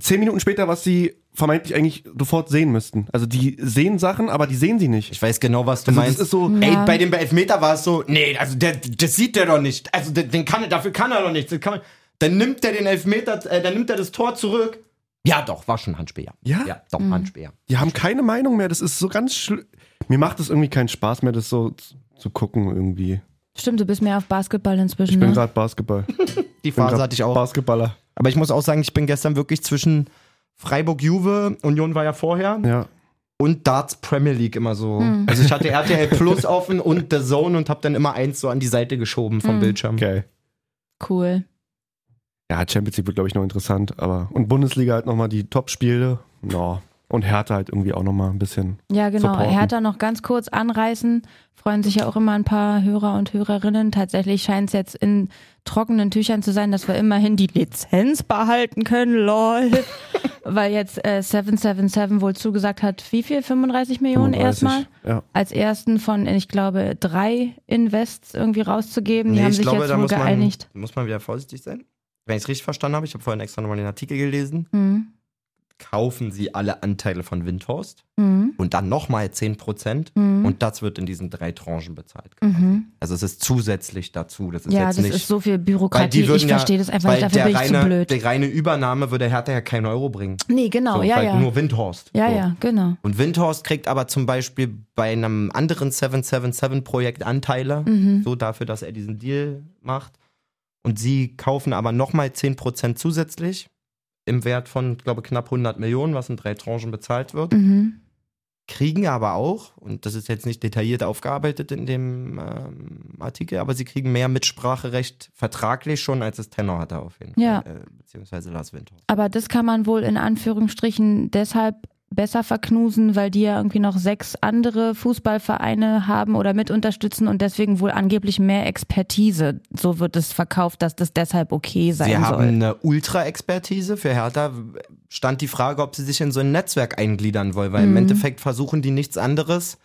S4: zehn Minuten später, was sie vermeintlich eigentlich sofort sehen müssten. Also die sehen Sachen, aber die sehen sie nicht.
S2: Ich weiß genau, was du
S4: Also
S2: meinst.
S4: das ist so,
S2: Ey, bei dem Elfmeter war es so, nee, also der, das sieht der doch nicht. Also den, den kann, er- dafür kann er doch nichts. Das Kann, dann nimmt er den Elfmeter, äh, dann nimmt er das Tor zurück. Ja, doch, war schon Handspiel, ja.
S4: Ja?
S2: Ja, doch,
S3: Mhm.
S2: Handspiel, ja.
S4: die haben keine Meinung mehr. Das ist so ganz schl Mir macht es irgendwie keinen Spaß mehr, das so zu- zu gucken irgendwie.
S3: Stimmt, du bist mehr auf Basketball
S4: Ich
S3: inzwischen.
S4: bin
S3: ne?
S4: gerade Basketball. Ich
S2: Die
S4: bin
S2: Phase
S4: grad
S2: hatte ich auch.
S4: Basketballer.
S2: Aber ich muss auch sagen, ich bin gestern wirklich zwischen Freiburg-Juve, Union war ja vorher,
S4: Ja.
S2: und Darts Premier League immer so.
S3: Mhm.
S2: Also ich hatte RTL Plus offen und The Zone und habe dann immer eins so an die Seite geschoben vom
S3: Mhm.
S2: Bildschirm.
S4: Geil.
S3: Cool.
S4: Ja, Champions League wird, glaube ich, noch interessant, aber. Und Bundesliga halt nochmal die Top-Spiele. Ja. Und Hertha halt irgendwie auch nochmal ein bisschen.
S3: Ja, genau.
S4: supporten.
S3: Hertha noch ganz kurz anreißen. Freuen sich ja auch immer ein paar Hörer und Hörerinnen. Tatsächlich scheint es jetzt in trockenen Tüchern zu sein, dass wir immerhin die Lizenz behalten können. Lol. Weil jetzt äh, 777 wohl zugesagt hat, wie viel? 35 Millionen
S4: 35.
S3: erstmal?
S4: Ja.
S3: Als ersten von, ich glaube, drei Invests irgendwie rauszugeben. Die haben sich jetzt wohl
S2: man,
S3: geeinigt.
S2: muss man wieder vorsichtig sein. Wenn ich es richtig verstanden habe, ich habe vorhin extra nochmal den Artikel gelesen.
S3: Mhm.
S2: kaufen sie alle Anteile von Windhorst
S3: Mhm.
S2: und dann nochmal 10 Prozent
S3: Mhm.
S2: und das wird in diesen drei Tranchen bezahlt.
S3: Mhm.
S2: Also es ist zusätzlich dazu. Das ist
S3: Ja,
S2: jetzt
S3: das
S2: nicht.
S3: ist so viel
S2: weil
S3: Bürokratie.
S2: die würden
S3: Ich verstehe
S2: ja,
S3: das einfach nicht.
S2: weil
S3: Dafür
S2: der
S3: bin ich
S2: reine,
S3: zu blöd.
S2: Die reine Übernahme würde Hertha ja keinen Euro bringen.
S3: Nee, genau.
S2: so,
S3: ja,
S2: weil
S3: ja.
S2: Nur Windhorst.
S3: Ja,
S2: so.
S3: ja, genau.
S2: Und Windhorst kriegt aber zum Beispiel bei einem anderen 777-Projekt Anteile,
S3: Mhm.
S2: so dafür, dass er diesen Deal macht. Und sie kaufen aber nochmal 10% zusätzlich im Wert von, glaube knapp 100 Millionen, was in drei Tranchen bezahlt wird.
S3: Mhm.
S2: Kriegen aber auch, und das ist jetzt nicht detailliert aufgearbeitet in dem ähm, Artikel, aber sie kriegen mehr Mitspracherecht vertraglich schon, als es Tenor hatte auf jeden
S3: Ja.
S2: Fall. Äh, beziehungsweise Lars Windhorst.
S3: Aber das kann man wohl in Anführungsstrichen deshalb besser verknusen, weil die ja irgendwie noch sechs andere Fußballvereine haben oder mit unterstützen und deswegen wohl angeblich mehr Expertise. So wird es verkauft, dass das deshalb okay sein
S2: Sie haben
S3: soll.
S2: eine Ultra-Expertise. Für Hertha stand die Frage, ob sie sich in so ein Netzwerk eingliedern wollen, weil im
S3: Mhm.
S2: Endeffekt versuchen die nichts anderes,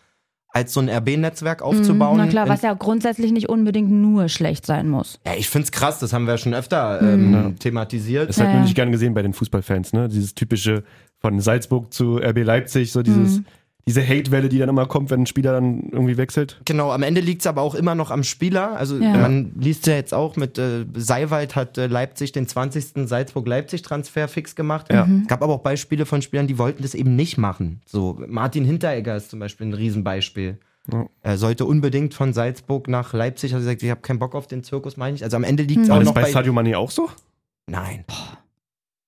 S2: als so ein RB-Netzwerk aufzubauen.
S3: Mhm, Na klar,
S2: in-
S3: was ja grundsätzlich nicht unbedingt nur schlecht sein muss.
S2: ja, ich find's krass, das haben wir ja schon öfter
S3: Mhm.
S2: ähm,
S4: Ja.
S2: thematisiert.
S4: Das hat
S3: Ja,
S4: man
S3: ja.
S4: nicht gern gesehen bei den Fußballfans, ne? Dieses typische von Salzburg zu RB Leipzig, so
S3: Mhm.
S4: dieses, diese Hate-Welle, die dann immer kommt, wenn ein Spieler dann irgendwie wechselt.
S2: Genau, am Ende liegt's aber auch immer noch am Spieler. Also
S3: Ja.
S2: man liest ja jetzt auch mit äh, Seiwald hat äh, Leipzig den 20. Salzburg-Leipzig-Transfer fix gemacht.
S4: Ja.
S3: Mhm.
S2: Es gab aber auch Beispiele von Spielern, die wollten das eben nicht machen. So Martin Hinteregger ist zum Beispiel ein Riesenbeispiel.
S4: Ja.
S2: Er sollte unbedingt von Salzburg nach Leipzig, hat er gesagt, ich habe keinen Bock auf den Zirkus, meine ich. Also am Ende liegt's
S3: Mhm.
S2: auch
S4: War das
S2: noch
S4: bei
S2: bei...
S4: Sadio Mané auch so?
S2: Nein.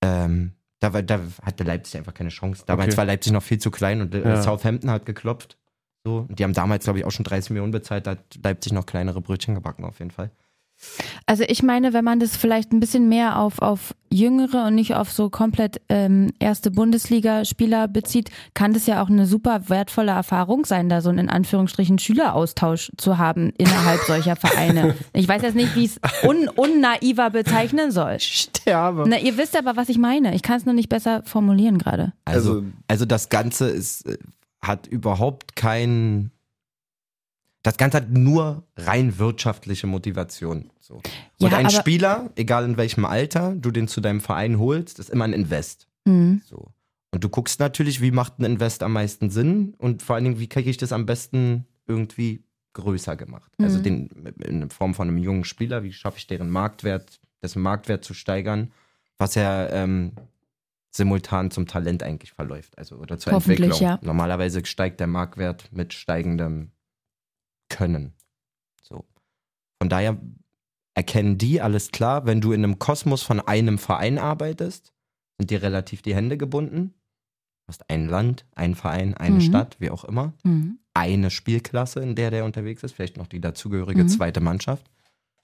S2: Ähm, da, war, da hatte Leipzig einfach keine Chance. Damals
S4: Okay.
S2: war Leipzig noch viel zu klein und äh,
S4: Ja.
S2: Southampton hat geklopft. So. Und die haben damals, glaube ich, auch schon 30 Millionen bezahlt. Da hat Leipzig noch kleinere Brötchen gebacken, auf jeden Fall.
S3: Also ich meine, wenn man das vielleicht ein bisschen mehr auf, auf jüngere und nicht auf so komplett ähm, erste Bundesliga-Spieler bezieht, kann das ja auch eine super wertvolle Erfahrung sein, da so einen in Anführungsstrichen Schüleraustausch zu haben innerhalb solcher Vereine. Ich weiß jetzt nicht, wie ich es un unnaiver bezeichnen soll.
S2: Sterbe.
S3: Na, ihr wisst aber, was ich meine. Ich kann es nur nicht besser formulieren gerade.
S2: Also,
S4: Also-
S2: also das Ganze ist, äh, hat überhaupt kein. Das Ganze hat nur rein wirtschaftliche Motivation. So. Und
S3: Ja,
S2: ein
S3: aber-
S2: Spieler, egal in welchem Alter du den zu deinem Verein holst, ist immer ein Invest.
S3: Mhm.
S2: So. Und du guckst natürlich, wie macht ein Invest am meisten Sinn und vor allen Dingen, wie kriege ich das am besten irgendwie größer gemacht? Also
S3: Mhm.
S2: den, in Form von einem jungen Spieler, wie schaffe ich deren Marktwert, dessen Marktwert zu steigern, was ja ähm, simultan zum Talent eigentlich verläuft, also oder zur
S3: Hoffentlich,
S2: Entwicklung.
S3: ja.
S2: Normalerweise steigt der Marktwert mit steigendem Können. So. Von daher erkennen die alles klar, wenn du in einem Kosmos von einem Verein arbeitest, sind dir relativ die Hände gebunden. Du hast ein Land, einen Verein, eine
S3: Mhm.
S2: Stadt, wie auch immer,
S3: Mhm.
S2: eine Spielklasse, in der der unterwegs ist, vielleicht noch die dazugehörige
S3: Mhm.
S2: zweite Mannschaft.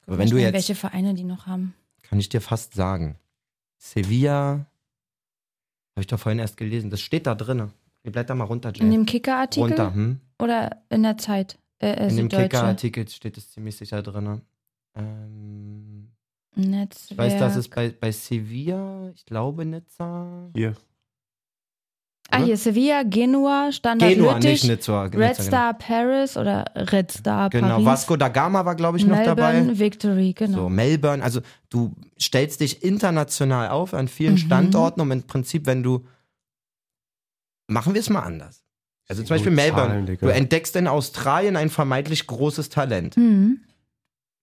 S2: Aber wenn du jetzt,
S3: welche Vereine die noch haben.
S2: kann ich dir fast sagen, Sevilla, habe ich doch vorhin erst gelesen, das steht da drin. Bleibt da mal runter,
S3: In
S2: Jay.
S3: dem Kicker-Artikel
S2: Runter, hm?
S3: oder in der Zeit? Äh, äh,
S2: In dem
S3: Süddeutsche?
S2: Kicker-Artikel steht es ziemlich sicher drin. Ähm,
S3: Netzwerk.
S2: Ich weiß, dass es bei, bei Sevilla, ich glaube Nizza.
S4: Hier.
S3: Ah, hier Sevilla, Genua, Standard
S2: Genua, nicht
S3: Lüttich,
S2: Nizza.
S3: Red
S2: Nizza,
S3: Star Paris oder Red Star
S2: Genau, genau.
S3: Paris.
S2: Vasco da Gama war, glaube ich, noch
S3: Melbourne
S2: dabei.
S3: Victory, genau.
S2: So, Melbourne, also du stellst dich international auf an vielen
S3: Mhm.
S2: Standorten und im Prinzip, wenn du. Machen wir es mal anders. Also zum
S4: Nur
S2: Beispiel Melbourne.
S4: Zahlen, Digga.
S2: Du entdeckst in Australien ein vermeintlich großes Talent.
S3: Mhm.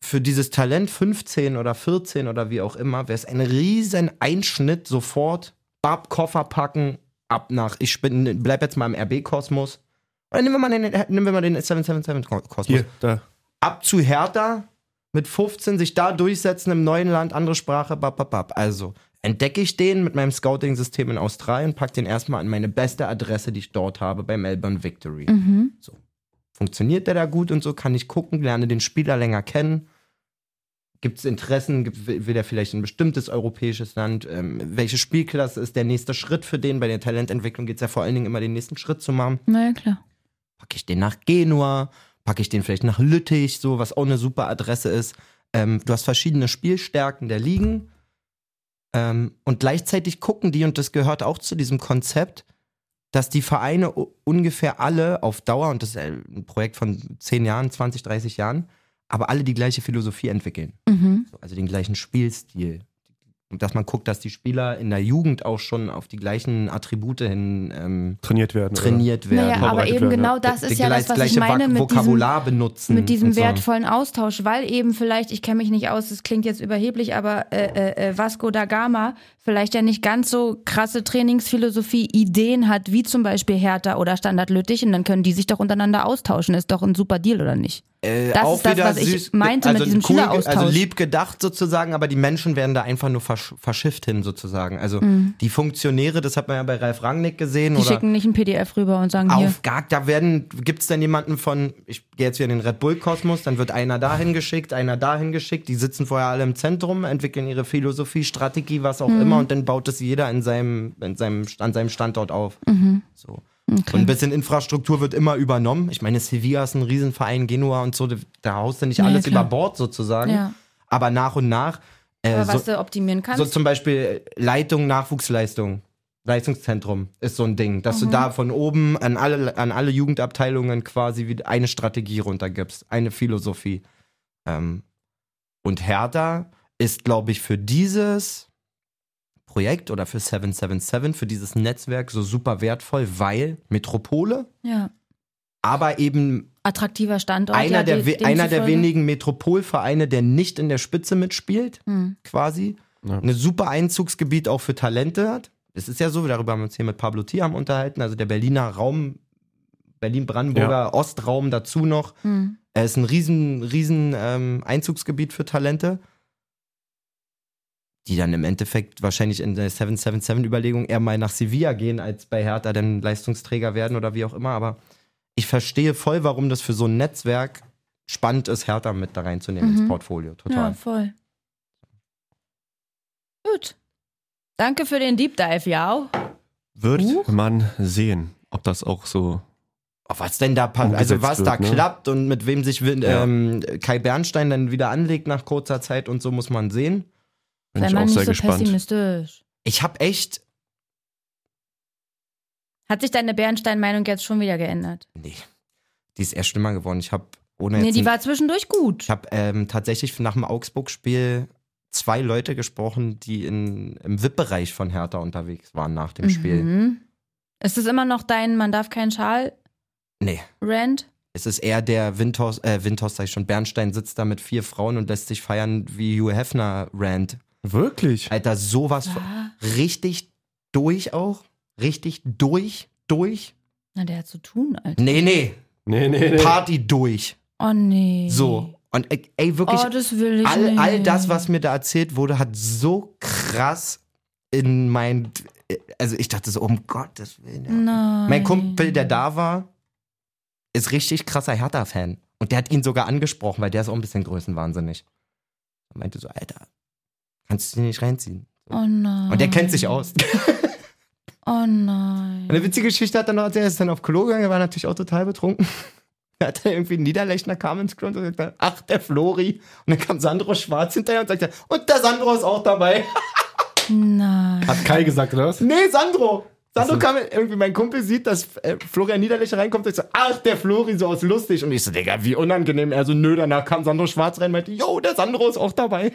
S2: für dieses Talent 15 oder 14 oder wie auch immer, wäre es ein riesen Einschnitt sofort, bab, Koffer packen, ab nach, ich bin, bleib jetzt mal im RB-Kosmos. Oder nehmen wir mal den, nehmen wir mal den 777-Kosmos.
S4: Hier, da.
S2: Ab zu Hertha, mit 15 sich da durchsetzen im neuen Land, andere Sprache, bab, bab, bab. Also entdecke ich den mit meinem Scouting-System in Australien, pack den erstmal an meine beste Adresse, die ich dort habe, bei Melbourne Victory
S3: Mhm.
S2: funktioniert der da gut und so, kann ich gucken, lerne den Spieler länger kennen. Gibt es Interessen, Gibt- will will er vielleicht ein bestimmtes europäisches Land? Ähm, welche Spielklasse ist der nächste Schritt für den? Bei der Talententwicklung geht es ja vor allen Dingen immer, den nächsten Schritt zu machen.
S3: Na ja, klar.
S2: Packe ich den nach Genua? Packe ich den vielleicht nach Lüttich, so was auch eine super Adresse ist? Ähm, du hast verschiedene Spielstärken der Ligen. Ähm, und gleichzeitig gucken die, und das gehört auch zu diesem Konzept, dass die Vereine u- ungefähr alle auf Dauer, und das ist äh, ein Projekt von 10 Jahren, 20, 30 Jahren, aber alle die gleiche Philosophie entwickeln.
S3: Mhm.
S2: So, Also den gleichen Spielstil. Und dass man guckt, dass die Spieler in der Jugend auch schon auf die gleichen Attribute hin ähm,
S4: Trainiert werden.
S2: trainiert werden.
S3: Naja, aber
S4: vorbereitet
S3: eben
S4: werden,
S3: genau
S4: ja.
S3: das
S2: Die
S3: ist ja
S2: gleich-
S3: das, was ich
S2: gleiche
S3: meine
S2: Vok-
S3: mit diesem,
S2: Vokabular benutzen.
S3: mit diesem
S2: Mhm, und so.
S3: wertvollen Austausch, weil eben vielleicht, ich kenne mich nicht aus, das klingt jetzt überheblich, aber äh, äh, äh, Vasco da Gama vielleicht ja nicht ganz so krasse Trainingsphilosophie, Ideen hat, wie zum Beispiel Hertha oder Standard Lüttich und dann können die sich doch untereinander austauschen. Ist doch ein super Deal, oder nicht?
S2: Äh,
S3: Das
S2: auch
S3: ist das,
S2: wieder
S3: was ich
S2: süß,
S3: meinte mit
S2: also
S3: diesem
S2: cool, ge-
S3: Schüleraustausch.
S2: Also lieb gedacht sozusagen, aber die Menschen werden da einfach nur versch verschifft hin sozusagen. Also die Funktionäre, das hat man ja bei Ralf Rangnick gesehen
S3: Mhm. Die
S2: oder
S3: schicken nicht ein PDF rüber und sagen, hier,
S2: auf gar, da werden, gibt's dann jemanden von, ich gehe jetzt wieder in den Red Bull-Kosmos, dann wird einer dahin geschickt, einer dahin geschickt, die sitzen vorher alle im Zentrum, entwickeln ihre Philosophie, Strategie, was
S3: Mhm.
S2: auch immer und dann baut es jeder in seinem, in seinem, an seinem Standort auf.
S3: Mhm.
S2: So. Und ein bisschen Infrastruktur wird immer übernommen. Ich meine, Sevilla ist ein Riesenverein, Genua und so, da haust du nicht
S3: Ja,
S2: alles
S3: klar.
S2: über Bord sozusagen.
S3: Ja.
S2: Aber nach und nach. Äh,
S3: aber
S2: so,
S3: was du optimieren kannst.
S2: so zum Beispiel Leitung, Nachwuchsleistung. Leistungszentrum ist so ein Ding, dass du da von oben an alle, an alle Jugendabteilungen quasi wie eine Strategie runtergibst, eine Philosophie. Ähm, und Hertha ist, glaube ich, für dieses Projekt oder für 777, für dieses Netzwerk so super wertvoll, weil Metropole,
S3: ja.
S2: aber eben
S3: Attraktiver Standort.
S2: einer,
S3: ja,
S2: der,
S3: die-
S2: we- einer der
S3: demzufolge.
S2: wenigen Metropolvereine, der nicht in der Spitze mitspielt
S3: Hm.
S2: quasi.
S4: Ja.
S2: Ein super Einzugsgebiet auch für Talente hat. Es ist ja so, darüber haben wir uns hier mit Pablo Thiam unterhalten, also der Berliner Raum, Berlin-Brandenburger Ostraum dazu noch.
S3: Hm.
S2: Er ist ein riesen, riesen ähm, Einzugsgebiet für Talente, die dann im Endeffekt wahrscheinlich in der 777-Überlegung eher mal nach Sevilla gehen, als bei Hertha dann Leistungsträger werden oder wie auch immer. Aber ich verstehe voll, warum das für so ein Netzwerk spannend ist, Hertha mit da reinzunehmen
S3: Mhm.
S2: ins Portfolio. Total.
S3: Ja, voll. Gut. Danke für den Deep Dive, ja.
S4: Wird man sehen, ob das auch so.
S2: Auf Oh, was denn da passt,
S4: Umgesetzt
S2: also was da
S4: wird, ne?
S2: klappt und mit wem sich Win-
S4: Ja.
S2: ähm, Kai Bernstein dann wieder anlegt nach kurzer Zeit und so muss man sehen.
S4: Bin
S3: Sei
S4: ich
S3: mal
S4: auch
S3: nicht
S4: sehr
S3: so
S4: gespannt.
S3: pessimistisch.
S2: Ich habe echt,
S3: Hat sich deine Bernstein-Meinung jetzt schon wieder geändert?
S2: nee, die ist eher schlimmer geworden. Ich habe ohne
S3: Nee,
S2: jetzt,
S3: die
S2: ein-
S3: war zwischendurch
S2: ich
S3: gut.
S2: habe ähm, tatsächlich nach dem Augsburg-Spiel zwei Leute gesprochen, die in, im VIP-Bereich von Hertha unterwegs waren nach dem Spiel.
S3: Mhm. Ist es immer noch dein Man darf keinen Schal
S2: Nee,
S3: Rant?
S2: es ist eher der Windhorst, äh, Windhorst sag ich schon, Bernstein sitzt da mit vier Frauen und lässt sich feiern wie Hugh Hefner-Rand.
S4: Wirklich?
S2: Alter, sowas von.
S3: Ah,
S2: richtig durch auch. Richtig durch, durch.
S3: Na, der hat zu tun, Alter.
S2: Nee, nee.
S4: Nee, nee, nee.
S2: Party durch.
S3: Oh Äh. nee.
S2: So. Und äh, ey, wirklich,
S3: Oh, das will ich
S2: all,
S3: nicht.
S2: all das, was mir da erzählt wurde, hat so krass in mein. Also ich dachte so, um Gottes Willen. Ja.
S3: Nein.
S2: Mein Kumpel, der da war, ist richtig krasser Hertha-Fan. Und der hat ihn sogar angesprochen, weil der ist auch ein bisschen größenwahnsinnig. Er meinte so, Alter, kannst du dich nicht reinziehen.
S3: Oh nein.
S2: Und der kennt sich aus.
S3: Oh nein.
S2: Eine witzige Geschichte hat er noch erzählt, er ist dann auf Klo gegangen, er war natürlich auch total betrunken. Er hat dann irgendwie einen Niederlechner kam ins Klo und sagte, ach, der Flori. Und dann kam Sandro Schwarz hinterher und sagte, und der Sandro ist auch dabei.
S3: Nein.
S4: Hat Kai gesagt, oder was?
S2: nee, Sandro. Sandro
S4: Ach so.
S2: kam irgendwie, mein Kumpel sieht, dass äh, Florian Niederlechner reinkommt und sagt so, ach, der Flori, so aus lustig. Und ich so, Digga, wie unangenehm. Er so, nö, danach kam Sandro Schwarz rein und meinte, yo, der Sandro ist auch dabei.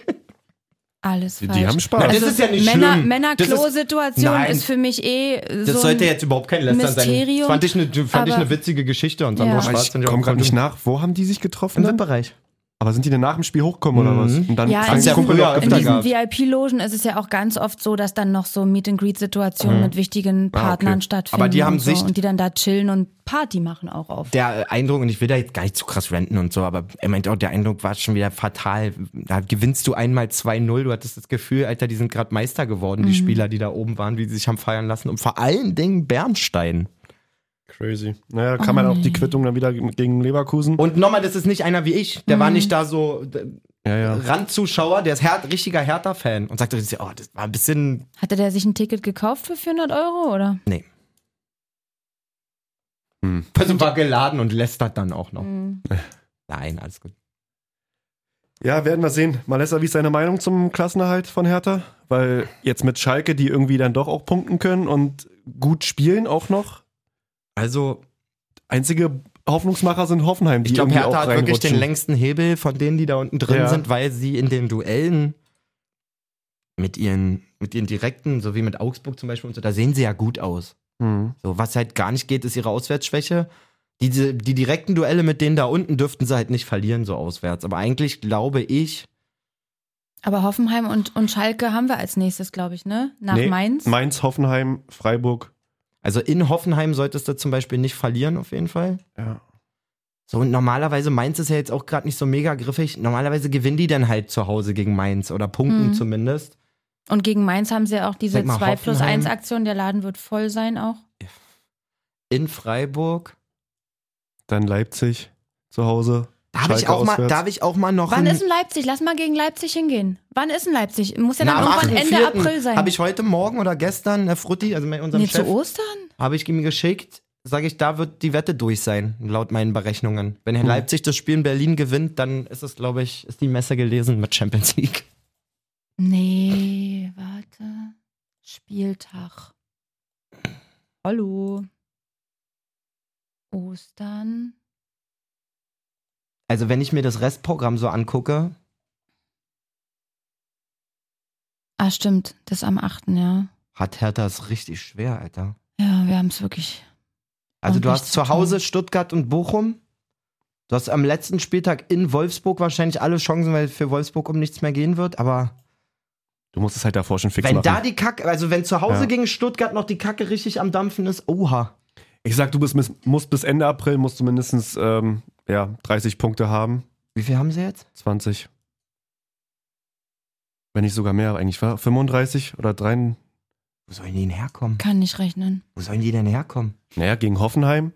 S3: Alles
S4: Die
S3: falsch.
S4: haben Spaß.
S3: Also
S2: Na, das ist ja nicht
S3: Männer,
S2: schlimm.
S3: Männer-Klo-Situation
S2: Nein.
S3: ist, für mich eh so.
S2: Das
S3: ein-
S2: sollte jetzt überhaupt kein Lästern sein.
S3: Mysterium,
S2: Fand ich eine, fand ich
S3: aber-
S2: eine witzige Geschichte. Und
S3: Ja.
S2: Sandro
S4: Aber
S2: Schwarz
S4: ich
S2: finde ich auch
S4: komme gerade
S2: voll
S4: nicht
S2: dumm.
S4: nach. Wo haben die sich getroffen?
S2: Im
S4: dann?
S2: VIP-Bereich.
S4: Aber sind die denn nach dem Spiel hochgekommen oder was? Und dann
S3: Ja,
S4: fragen
S3: in
S4: die
S3: diesem-
S4: Kumpel
S2: Ja,
S4: noch
S3: In
S2: öfter
S4: öfter
S3: diesen
S2: gehabt.
S3: VIP-Logen ist es ja auch ganz oft so, dass dann noch so Meet-and-Greet-Situationen mit wichtigen
S4: okay.
S3: Partnern stattfinden.
S2: Mhm. Ah, Aber die haben
S3: und so,
S2: sich-
S3: Und die dann da chillen und Party machen auch auf.
S2: der äh, Eindruck, und ich will da jetzt gar nicht zu krass renten und so, aber er meint auch, der Eindruck war schon wieder fatal. Da gewinnst du einmal 2-0, du hattest das Gefühl, Alter, die sind gerade Meister geworden, die Spieler, die da oben waren, wie sie sich haben feiern lassen. Und vor allen Dingen Bernstein.
S4: Crazy. Naja, da kam man
S2: Mhm.
S4: auch die Quittung dann wieder gegen Leverkusen.
S2: Und nochmal, das ist nicht einer wie ich. Der war nicht da so d-
S4: ja, ja.
S2: Randzuschauer, der ist her richtiger Hertha-Fan und sagte, oh, das war ein bisschen.
S3: Hatte der sich ein Ticket gekauft für 400 Euro, oder?
S2: Nee.
S4: Hm.
S2: Also war geladen und lästert dann auch noch.
S3: Mhm.
S2: Nein, alles gut.
S4: Ja, werden wir sehen. Malessa, wie ist deine Meinung zum Klassenerhalt von Hertha? Weil jetzt mit Schalke, die irgendwie dann doch auch punkten können und gut spielen auch noch.
S2: Also,
S4: Einzige Hoffnungsmacher sind Hoffenheim, die
S2: ich glaube,
S4: irgendwie
S2: Hertha
S4: auch
S2: hat wirklich den
S4: reinrutschen.
S2: längsten Hebel von denen, die da unten drin
S4: Ja.
S2: sind, weil sie in den Duellen mit ihren, mit ihren direkten, so wie mit Augsburg zum Beispiel und so, da sehen sie ja gut aus.
S4: Hm.
S2: So, was halt gar nicht geht, ist ihre Auswärtsschwäche. Diese, die direkten Duelle mit denen da unten dürften sie halt nicht verlieren, so auswärts. Aber eigentlich glaube ich,
S3: Aber Hoffenheim und, und Schalke haben wir als nächstes, glaube ich, ne? Nach
S4: Nee,
S3: Mainz.
S4: Mainz, Hoffenheim, Freiburg.
S2: also in Hoffenheim solltest du zum Beispiel nicht verlieren, auf jeden Fall.
S4: Ja.
S2: So, und normalerweise Mainz ist ja jetzt auch gerade nicht so mega griffig. Normalerweise gewinnen die dann halt zu Hause gegen Mainz oder punkten
S3: Mhm.
S2: zumindest.
S3: Und gegen Mainz haben sie ja auch diese
S2: Sag mal,
S3: 2 plus
S2: Hoffenheim.
S3: 1 Aktion. Der Laden wird voll sein auch.
S2: In Freiburg.
S4: Dann Leipzig zu Hause.
S2: Da habe ich,
S4: Schalke
S2: auch mal-
S4: auswärts.
S2: da hab ich auch mal noch
S3: Wann
S2: ein-
S3: ist in Leipzig? Lass mal gegen Leipzig hingehen. Wann ist in Leipzig? Muss ja dann
S2: Na, am
S3: irgendwann Ende
S2: 8.4.
S3: April sein.
S2: Habe ich heute Morgen oder gestern, Herr Frutti, also mit unserem
S3: nee, zu
S2: Chef,
S3: Ostern?
S2: habe ich ihm geschickt, sage ich, da wird die Wette durch sein, laut meinen Berechnungen. Wenn Herr
S4: Hm.
S2: Leipzig das Spiel in Berlin gewinnt, dann ist es, glaube ich, ist die Messe gelesen mit Champions League.
S3: Nee, warte. Spieltag. Hallo. Ostern.
S2: Also wenn ich mir das Restprogramm so angucke,
S3: Ah, stimmt. Das ist am 8. ja.
S2: hat Hertha es richtig schwer, Alter.
S3: Ja, wir haben es wirklich.
S2: Also du
S3: Ordentlich
S2: hast
S3: zu
S2: zu Hause
S3: tun.
S2: Stuttgart und Bochum. Du hast am letzten Spieltag in Wolfsburg wahrscheinlich alle Chancen, weil für Wolfsburg um nichts mehr gehen wird, aber
S4: Du musst es halt davor schon fix
S2: wenn
S4: machen.
S2: da die Kacke, also wenn zu Hause
S4: Ja.
S2: gegen Stuttgart noch die Kacke richtig am Dampfen ist, oha.
S4: ich sag, du bist, mis- musst bis Ende April musst du mindestens ähm, ja, 30 Punkte haben.
S2: Wie viel haben sie jetzt?
S4: 20. Wenn nicht sogar mehr eigentlich war. 35 oder 3.
S2: Wo sollen die denn herkommen?
S3: Kann nicht rechnen.
S2: Wo sollen die denn herkommen?
S4: Naja, gegen Hoffenheim,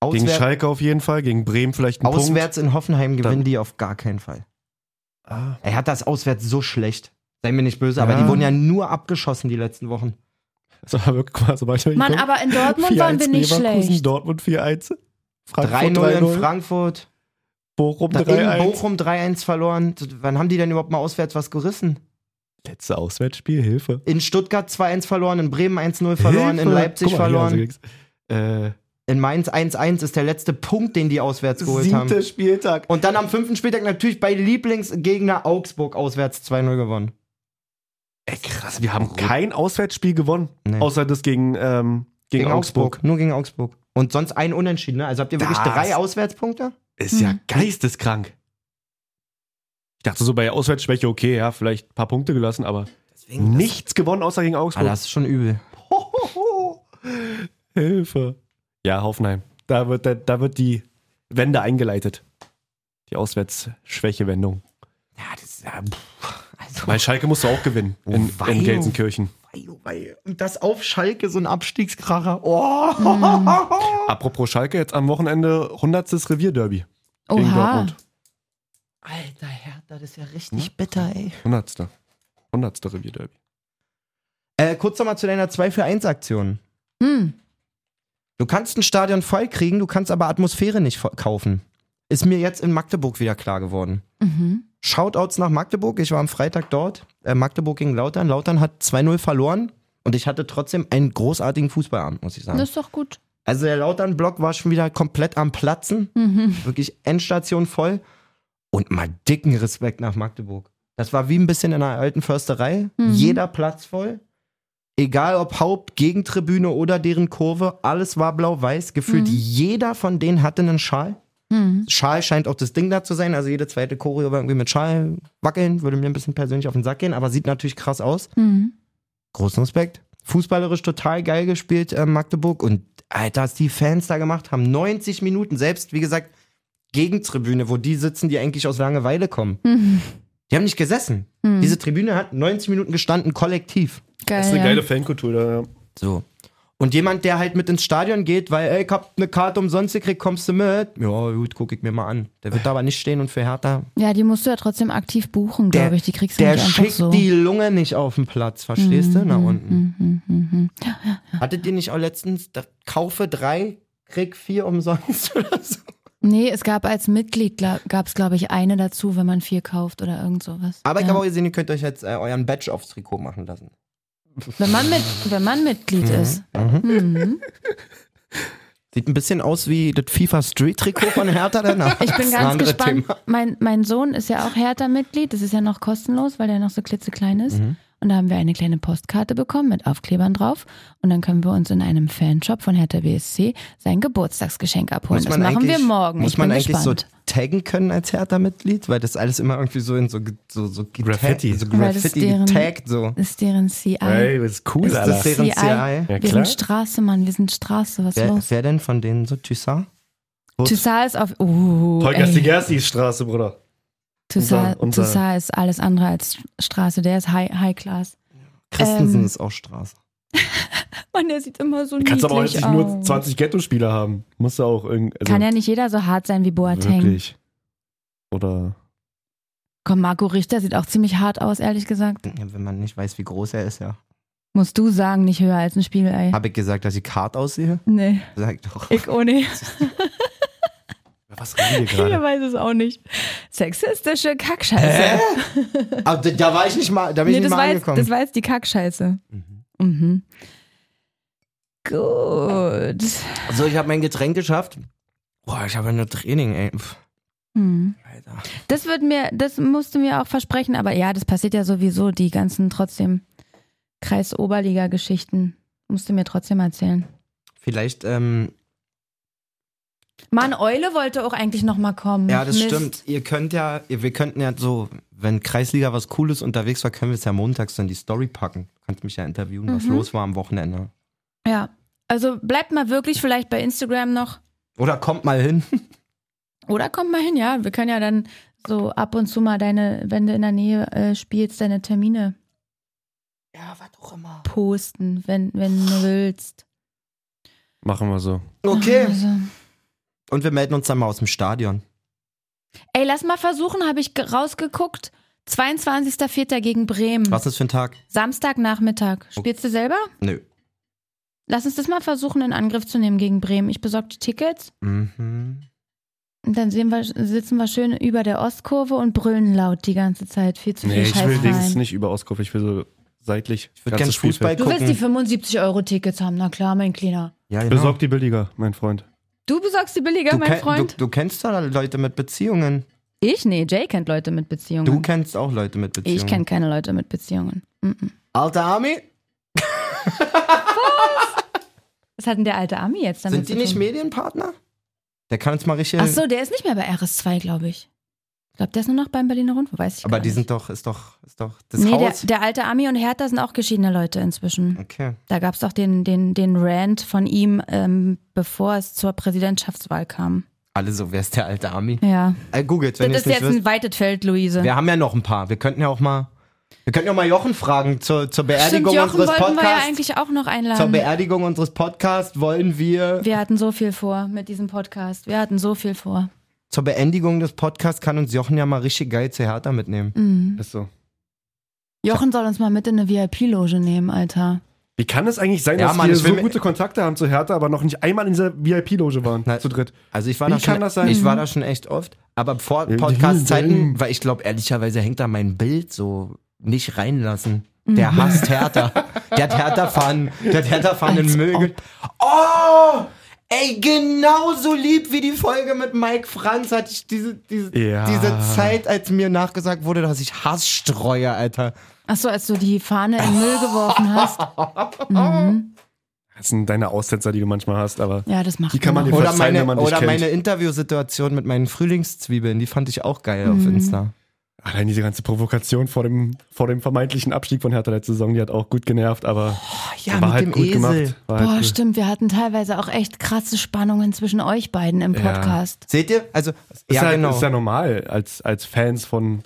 S4: gegen
S2: Auswär-
S4: Schalke auf jeden Fall, gegen Bremen vielleicht ein Punkt.
S2: auswärts in Hoffenheim gewinnen
S4: Dann-
S2: die auf gar keinen Fall.
S4: Ah,
S2: Er hat das auswärts so schlecht. Sei mir nicht böse, aber
S4: Ja.
S2: die wurden ja nur abgeschossen die letzten Wochen.
S4: so, wirklich, so war ich noch nicht
S3: Mann,
S4: gucken.
S3: aber in Dortmund waren
S4: 4-1
S3: wir nicht
S4: Leverkusen,
S3: schlecht.
S4: Dortmund 4-1. Frankfurt
S2: 3-0 in Frankfurt,
S4: Bochum
S2: da in
S4: 3-1.
S2: Bochum 3-1 verloren. Wann haben die denn überhaupt mal auswärts was gerissen?
S4: Letzte Auswärtsspiel, Hilfe.
S2: In Stuttgart 2-1 verloren, in Bremen 1-0 verloren, in
S4: Hilfe.
S2: Leipzig
S4: Guck mal, hier
S2: verloren.
S4: also, Äh, haben sie nix.
S2: In Mainz 1-1 ist der letzte Punkt, den die auswärts
S4: Äh,
S2: geholt haben.
S4: siebter Spieltag.
S2: Und dann am fünften Spieltag natürlich bei Lieblingsgegner Augsburg auswärts 2-0 gewonnen.
S4: Ey, krass, wir haben kein Auswärtsspiel gewonnen.
S2: Nee.
S4: Außer das gegen, ähm, gegen, Augsburg.
S2: Nur gegen Augsburg. Und sonst ein Unentschieden, ne? Also habt ihr wirklich
S4: Das-
S2: drei Auswärtspunkte?
S4: Ist ja
S3: Mhm.
S4: geisteskrank. Hm. Ich dachte so bei Auswärtsschwäche, okay, ja, vielleicht ein paar Punkte gelassen, aber nichts gewonnen außer gegen
S2: Ah,
S4: Augsburg.
S2: das ist schon übel.
S4: Hilfe. Ja, Hoffenheim. Da wird, da, da wird die Wende eingeleitet. Die Auswärtsschwäche-Wendung.
S2: Ja, das ist ja. pff, Also,
S4: Weil Schalke musst du auch gewinnen in,
S2: Oh, wei,
S4: in
S2: oh.
S4: Gelsenkirchen.
S2: wei, oh, wei. und das auf Schalke, so ein Abstiegskracher. Oh!
S4: Apropos Schalke, jetzt am Wochenende 100. Revierderby gegen
S3: Oha.
S4: Dortmund.
S2: Alter Hertha, das ist ja richtig bitter, ey.
S4: 100. 100. Revierderby.
S2: Äh, kurz nochmal zu deiner 2 für 1 Aktion.
S3: Hm.
S2: Du kannst ein Stadion voll kriegen, du kannst aber Atmosphäre nicht voll- kaufen. Ist mir jetzt in Magdeburg wieder klar geworden.
S3: Mhm.
S2: Shoutouts nach Magdeburg. Ich war am Freitag dort. Äh, Magdeburg gegen Lautern. Lautern hat 2-0 verloren. Und ich hatte trotzdem einen großartigen Fußballabend, muss ich sagen.
S3: Das ist doch gut.
S2: also der Lautern-Block war schon wieder komplett am Platzen.
S3: Mhm.
S2: Wirklich Endstation voll. Und mal dicken Respekt nach Magdeburg. Das war wie ein bisschen in einer alten Försterei.
S3: Mhm.
S2: Jeder Platz voll. Egal ob Haupt, Gegentribüne oder deren Kurve, alles war blau-weiß. Gefühlt
S3: Mhm.
S2: jeder von denen hatte einen Schal.
S3: Mhm.
S2: Schal scheint auch das Ding da zu sein. Also jede zweite Choreo war irgendwie mit Schal wackeln. Würde mir ein bisschen persönlich auf den Sack gehen, aber sieht natürlich krass aus.
S3: Mhm.
S2: Großen Respekt. Fußballerisch total geil gespielt, äh, Magdeburg. Und Alter, was die Fans da gemacht haben. 90 Minuten, selbst wie gesagt, Gegentribüne, wo die sitzen, die eigentlich aus Langeweile kommen.
S3: Mhm.
S2: Die haben nicht gesessen.
S3: Mhm.
S2: Diese Tribüne hat 90 Minuten gestanden, kollektiv.
S3: Geil,
S4: Das ist eine
S3: ja.
S4: geile Fankultur da. ja.
S2: So. Und jemand, der halt mit ins Stadion geht, weil, ey, ich hab eine Karte umsonst gekriegt, kommst du mit? Ja, gut, guck ich mir mal an. Der wird da aber nicht stehen und für Hertha
S3: Ja, die musst du ja trotzdem aktiv buchen,
S2: Der-
S3: glaube ich. Die kriegst du
S2: Der
S3: nicht einfach
S2: schickt
S3: so.
S2: die Lunge nicht auf den Platz, verstehst du? Nach unten.
S3: Mhm, mhm, mhm.
S2: Hattet ihr nicht auch letztens, da, kaufe drei, krieg vier umsonst oder so?
S3: Nee, es gab als Mitglied, gab es, glaube ich, eine dazu, wenn man vier kauft oder irgend sowas.
S2: Aber ich
S3: ja.
S2: habe auch gesehen, ihr könnt euch jetzt äh, euren Badge aufs Trikot machen lassen.
S3: wenn, man mit, wenn man Mitglied ist. Mhm.
S2: Sieht ein bisschen aus wie das FIFA Street Trikot von Hertha danach.
S3: Ich bin ganz gespannt. Mein, mein Sohn ist ja auch Hertha-Mitglied. Das ist ja noch kostenlos, weil der noch so klitzeklein ist.
S4: Mhm.
S3: Und da haben wir eine kleine Postkarte bekommen mit Aufklebern drauf. Und dann können wir uns in einem Fanshop von Hertha BSC sein Geburtstagsgeschenk abholen. Das machen wir morgen.
S2: Muss
S3: ich
S2: man
S3: bin
S2: eigentlich
S3: gespannt.
S2: so taggen können als Hertha-Mitglied? Weil das alles immer irgendwie so in so, ge- so, so getag-
S4: Graffiti.
S2: so
S3: Weil das
S2: Graffiti
S3: deren-
S2: getaggt so.
S3: ist deren CI.
S4: Ey, das ist cool,
S2: Ist das
S4: Alter.
S3: Ähm, sehr-
S2: deren
S3: CI?
S2: CI?
S4: Ja,
S3: wir
S4: klar.
S3: sind Straße, Mann. Wir sind Straße. Was ist
S2: Wer,
S3: los?
S2: wer denn von denen so Thyssen?
S4: Gut.
S3: Tussa ist auf. Uh, ey.
S4: Tolgastigerstis-Straße, Bruder.
S3: Tussa,
S4: unser- unser-
S3: Tussa ist alles andere als Straße. Der ist High, high Class.
S2: Christensen
S3: Ähm.
S2: ist auch Straße.
S3: Mann, der sieht immer so
S4: Du kannst aber auch jetzt
S3: niedlich oh.
S4: nicht nur 20 Ghetto-Spieler haben. Musst du auch irgendwie. Also
S3: Kann ja nicht jeder so hart sein wie Boateng.
S4: wirklich. Oder.
S3: Komm, Marco Richter sieht auch ziemlich hart aus, ehrlich gesagt.
S2: Ja, wenn man nicht weiß, wie groß er ist, ja.
S3: Musst du sagen, nicht höher als ein Spiegelei.
S2: Habe ich gesagt, dass ich hart aussehe?
S3: Nee,
S2: Sag doch.
S3: ich ohne.
S4: Was reden wir
S3: Ich
S4: gerade?
S3: weiß es auch nicht. Sexistische Kackscheiße.
S2: Aber da- da war ich nicht mal, da bin ich nicht
S3: das,
S2: mal
S3: war jetzt,
S2: angekommen.
S3: das war jetzt die Kackscheiße.
S2: Mhm.
S3: Mhm. Gut.
S2: so, ich habe mein Getränk geschafft. Boah, ich habe ja nur Training, ey. Pff,
S3: Hm.
S2: Alter.
S3: Das wird mir, das musst du mir auch versprechen, aber ja, das passiert ja sowieso, die ganzen trotzdem Kreis-Oberliga-Geschichten. Musst du mir trotzdem erzählen.
S2: Vielleicht, ähm,
S3: Mann, Eule wollte auch eigentlich nochmal kommen.
S2: ja, das
S3: Mist.
S2: stimmt. Ihr könnt ja, ihr- wir könnten ja so, wenn Kreisliga was Cooles unterwegs war, können wir es ja montags dann die Story packen. Du kannst mich ja interviewen, was
S3: Mhm.
S2: los war am Wochenende.
S3: Ja. Also bleibt mal wirklich vielleicht bei Instagram noch.
S2: Oder kommt mal hin.
S3: Oder kommt mal hin, ja. Wir können ja dann so ab und zu mal deine, wenn du in der Nähe äh, spielst, deine Termine
S2: Ja, was auch immer.
S3: posten, wenn, wenn du willst.
S4: Machen wir so.
S2: Okay.
S3: Also.
S2: Und wir melden uns dann mal aus dem Stadion.
S3: Ey, lass mal versuchen, habe ich ge- rausgeguckt. 22.04. gegen Bremen.
S2: Was ist das für ein Tag?
S3: Samstagnachmittag. Spielst du selber?
S2: Nö.
S3: Lass uns das mal versuchen, in Angriff zu nehmen gegen Bremen. Ich besorge die Tickets
S2: Mhm.
S3: und dann sehen wir, sitzen wir schön über der Ostkurve und brüllen laut die ganze Zeit. Viel zu viel
S4: Nee, ich will
S3: Scheiß
S4: wenigstens
S3: rein.
S4: nicht über Auskopf. Ich will so seitlich.
S2: Ich würde gerne Fußball
S3: Du
S2: gucken.
S3: willst die 75 Euro Tickets haben, na klar, mein Kleiner.
S2: ja, genau.
S4: Besorg die billiger, mein Freund.
S3: Du besorgst die billiger,
S2: du,
S3: mein
S2: ken-
S3: Freund.
S2: Du, du kennst da Leute mit Beziehungen.
S3: ich? Nee, Jay kennt Leute mit Beziehungen.
S2: Du kennst auch Leute mit Beziehungen.
S3: Mhm. ich kenne keine Leute mit Beziehungen. Mhm.
S2: Alter Ami,
S3: Was hat denn der alte Ami jetzt damit
S2: sind die
S3: zu
S2: nicht
S3: tun?
S2: Medienpartner? Der kann uns mal richtig.
S3: Ach so, der ist nicht mehr bei RS2, glaube ich. Ich glaube, der ist nur noch beim Berliner Rundfunk, weiß ich
S2: Aber
S3: gar
S2: die
S3: nicht.
S2: sind doch, ist doch, ist doch das
S3: nee, der,
S2: Haus.
S3: der alte Ami und Hertha sind auch geschiedene Leute inzwischen.
S2: okay.
S3: Da gab es doch den, den, den Rant von ihm, ähm, bevor es zur Präsidentschaftswahl kam.
S2: Alle so, wer ist der alte Ami?
S3: Ja.
S2: Äh, googelt, wenn ihr
S3: das ist
S2: es nicht
S3: jetzt
S2: wisst.
S3: ein weites Feld, Luise.
S2: Wir haben ja noch ein paar. Wir könnten ja auch mal. Wir könnten ja auch mal Jochen fragen zur, zur Beerdigung
S3: Stimmt, Jochen
S2: unseres
S3: wollten wir ja
S2: Podcasts.
S3: eigentlich auch noch
S2: zur
S3: einladen.
S2: Beerdigung unseres Podcasts wollen wir.
S3: Wir hatten so viel vor mit diesem Podcast. Wir hatten so viel vor.
S2: Zur Beendigung des Podcasts kann uns Jochen ja mal richtig geil zu Hertha mitnehmen.
S3: Mhm.
S4: Ist so.
S3: Jochen soll uns mal mit in eine VIP-Loge nehmen, Alter.
S4: Wie kann es eigentlich sein,
S2: Ja,
S4: dass
S2: Mann,
S4: wir
S2: ich will
S4: so
S2: mir-
S4: gute Kontakte haben zu Hertha, aber noch nicht einmal in dieser VIP-Loge waren,
S2: Na,
S4: zu dritt?
S2: Also ich war,
S4: Wie
S2: da schon,
S4: kann das sein?
S2: ich war da schon echt oft, aber vor
S4: Ja,
S2: Podcast-Zeiten,
S4: denn-
S2: weil ich glaube, ehrlicherweise hängt da mein Bild so nicht reinlassen.
S4: Mhm.
S2: Der hasst Hertha. Der hat Hertha-Fahren, der hat Hertha-Fahren in den Müll. ge- Oh! Ey, genauso lieb wie die Folge mit Mike Franz hatte ich diese, diese,
S4: Ja.
S2: diese Zeit, als mir nachgesagt wurde, dass ich Hass streue, Alter.
S3: Achso, als du die Fahne in den Müll geworfen hast.
S4: Das sind deine Aussetzer, die du manchmal hast, aber
S3: Ja, das macht
S4: Die kann man
S3: man
S4: nicht-
S3: auch.
S2: Oder
S4: Verzeihen,
S2: meine,
S4: wenn man dich
S2: oder
S4: kennt.
S2: meine Interviewsituation mit meinen Frühlingszwiebeln, die fand ich auch geil auf
S4: Mhm.
S2: Insta.
S4: allein diese ganze Provokation vor dem, vor dem vermeintlichen Abstieg von Hertha letzte Saison, die hat auch gut genervt, aber
S3: Oh,
S2: Ja,
S4: war halt gut gemacht. War
S3: Boah,
S4: halt gut.
S3: stimmt, wir hatten teilweise auch echt krasse Spannungen zwischen euch beiden im
S4: Ja.
S3: Podcast.
S2: Seht ihr? Also,
S4: Ist,
S2: ja,
S4: halt,
S2: genau.
S4: ist ja normal als, als Fans von,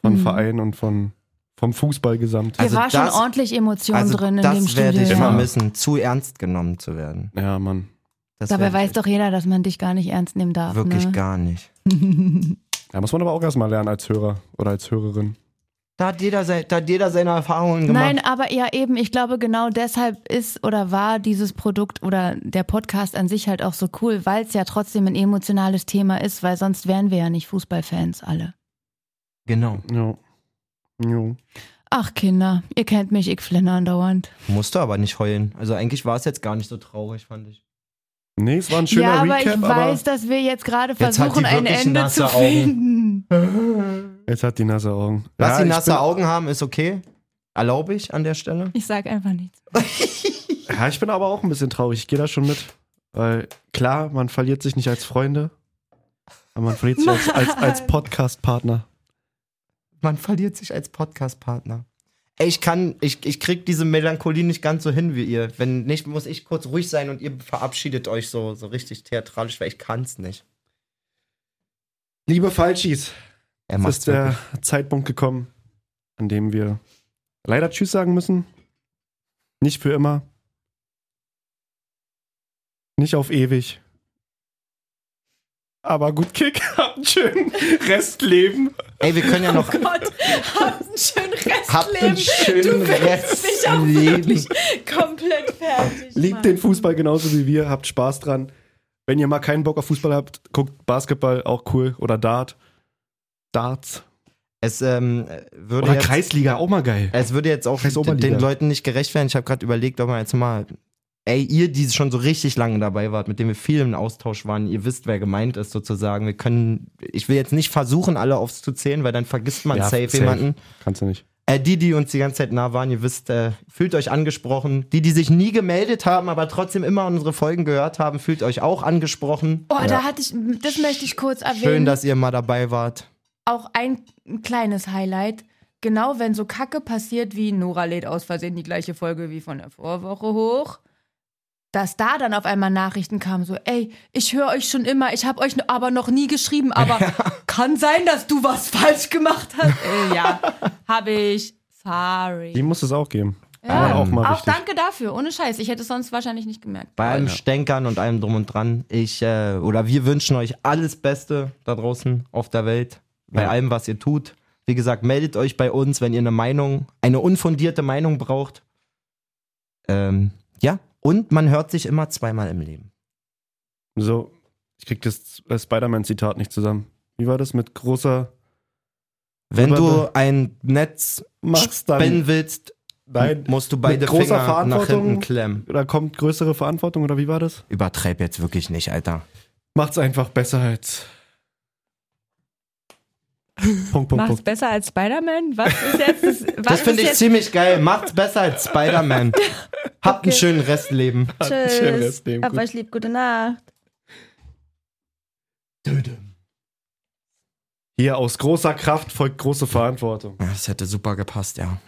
S4: von
S3: Mhm.
S4: Vereinen und von, vom Fußball gesamt.
S3: Hier
S2: Also
S3: war schon
S2: das-
S3: ordentlich Emotion
S2: also
S3: drin in
S2: das
S3: dem
S2: werde
S3: Studio.
S2: ich
S3: ja.
S4: immer
S2: vermissen, zu ernst genommen zu werden.
S4: Ja, Mann.
S2: Das
S3: Dabei
S2: werde
S3: weiß
S2: ich
S3: doch jeder, dass man dich gar nicht ernst nehmen darf.
S2: wirklich
S3: ne?
S2: gar nicht.
S4: Da muss man aber auch erstmal lernen als Hörer oder als Hörerin.
S2: Da hat jeder, sei- da hat jeder seine Erfahrungen gemacht.
S3: Nein, aber ja eben, ich glaube genau deshalb ist oder war dieses Produkt oder der Podcast an sich halt auch so cool, weil es ja trotzdem ein emotionales Thema ist, weil sonst wären wir ja nicht Fußballfans alle.
S2: Genau.
S4: Ja. ja.
S3: Ach Kinder, ihr kennt mich, ich flinne andauernd.
S2: Musste aber nicht heulen. Also eigentlich war es jetzt gar nicht so traurig, fand ich.
S4: Nee, es war ein schöner
S3: ja, aber
S4: Recap,
S3: ich
S4: aber
S3: weiß, dass wir jetzt gerade
S2: hat die
S3: versuchen, ein
S2: wirklich
S3: Ende
S2: nasse
S3: zu
S2: Augen.
S3: finden.
S4: jetzt hat die nasse Augen.
S2: Lass
S4: ja,
S2: ihn
S4: ich
S2: nasse
S4: bin-
S2: Augen haben, ist okay. Erlaube ich an der Stelle.
S3: Ich sag einfach nichts.
S4: Ja, ich bin aber auch ein bisschen traurig. Ich gehe da schon mit. Weil klar, man verliert sich nicht als Freunde, aber man verliert sich als, als, als Podcast-Partner.
S2: Man verliert sich als Podcast-Partner. Ey, ich kann, ich, ich krieg diese Melancholie nicht ganz so hin wie ihr. Wenn nicht, muss ich kurz ruhig sein und ihr verabschiedet euch so, so richtig theatralisch, weil ich kann's nicht.
S4: Liebe Falschis,
S2: Er
S4: es ist der Zeitpunkt gekommen, an dem wir leider Tschüss sagen müssen. Nicht für immer. Nicht auf ewig. Aber gut Kick, habt einen schönen Restleben.
S2: Ey, wir können ja noch.
S5: Gott, habt einen schönen Restleben.
S2: Habt einen schönen
S5: du willst mich auch
S2: Restleben.
S5: wirklich komplett fertig.
S4: Liebt
S5: machen.
S4: den Fußball genauso wie wir, habt Spaß dran. Wenn ihr mal keinen Bock auf Fußball habt, guckt Basketball, auch cool. Oder Dart. Darts.
S2: Es ähm, würde
S4: Oder Äh,
S2: jetzt,
S4: Kreisliga, auch mal geil.
S2: es würde jetzt auch
S4: Scheiß
S2: den
S4: Oberliga.
S2: den Leuten nicht gerecht werden. Ich habe gerade überlegt, ob man jetzt mal. Ey, ihr, die schon so richtig lange dabei wart, mit denen wir viel im Austausch waren, ihr wisst, wer gemeint ist sozusagen. Wir können, ich will jetzt nicht versuchen, alle aufzuzählen, weil dann vergisst man
S4: Ja,
S2: safe,
S4: safe.
S2: jemanden.
S4: Kannst du nicht.
S2: Äh, die, die uns die ganze Zeit nah waren, ihr wisst, äh, fühlt euch angesprochen. Die, die sich nie gemeldet haben, aber trotzdem immer unsere Folgen gehört haben, fühlt euch auch angesprochen.
S3: Oh, da hatte ich, das möchte ich kurz erwähnen.
S2: Schön, dass ihr mal dabei wart.
S3: auch ein kleines Highlight. Genau wenn so Kacke passiert, wie Nora lädt aus Versehen die gleiche Folge wie von der Vorwoche hoch, dass da dann auf einmal Nachrichten kamen, so, ey, ich höre euch schon immer, ich habe euch aber noch nie geschrieben, aber kann sein, dass du was falsch gemacht hast. äh, ja, habe ich.
S4: Die
S3: Sorry.
S4: muss es auch geben.
S3: Ja,
S4: auch mal
S3: Auch
S4: wichtig.
S3: danke dafür, ohne Scheiß. Ich hätte es sonst wahrscheinlich nicht gemerkt.
S2: Bei allem
S4: Ja.
S2: Stänkern und allem drum und dran. Ich äh, oder wir wünschen euch alles Beste da draußen auf der Welt. Bei
S4: Ja.
S2: allem, was ihr tut. Wie gesagt, meldet euch bei uns, wenn ihr eine Meinung, eine unfundierte Meinung braucht. Ähm, ja, und man hört sich immer zweimal im Leben.
S4: So, ich krieg das äh, Spider-Man-Zitat nicht zusammen. Wie war das mit großer
S2: Wenn du
S4: Aber-
S2: ein Netz
S4: Mach's dann.
S2: spannen willst,
S4: Nein,
S2: musst du beide
S4: mit großer
S2: Finger nach
S4: Verantwortung-
S2: hinten klemmen.
S4: Oder kommt größere Verantwortung oder wie war das?
S2: Übertreib jetzt wirklich nicht, Alter.
S4: Macht's einfach besser als. Punkt, Punkt,
S5: Macht's
S4: Punkt.
S5: besser als Spider-Man? Was ist jetzt das? Was
S2: Das finde ich
S5: ist
S2: ziemlich geil. Macht's besser als Spider-Man. Habt einen schönen Restleben.
S5: jetzt?
S4: Schönen
S5: Tschüss.
S4: Restleben,
S5: Hab
S4: gut.
S5: euch lieb, gute Nacht.
S4: Hier aus großer Kraft folgt große Verantwortung.
S2: Ja, das hätte super gepasst, ja.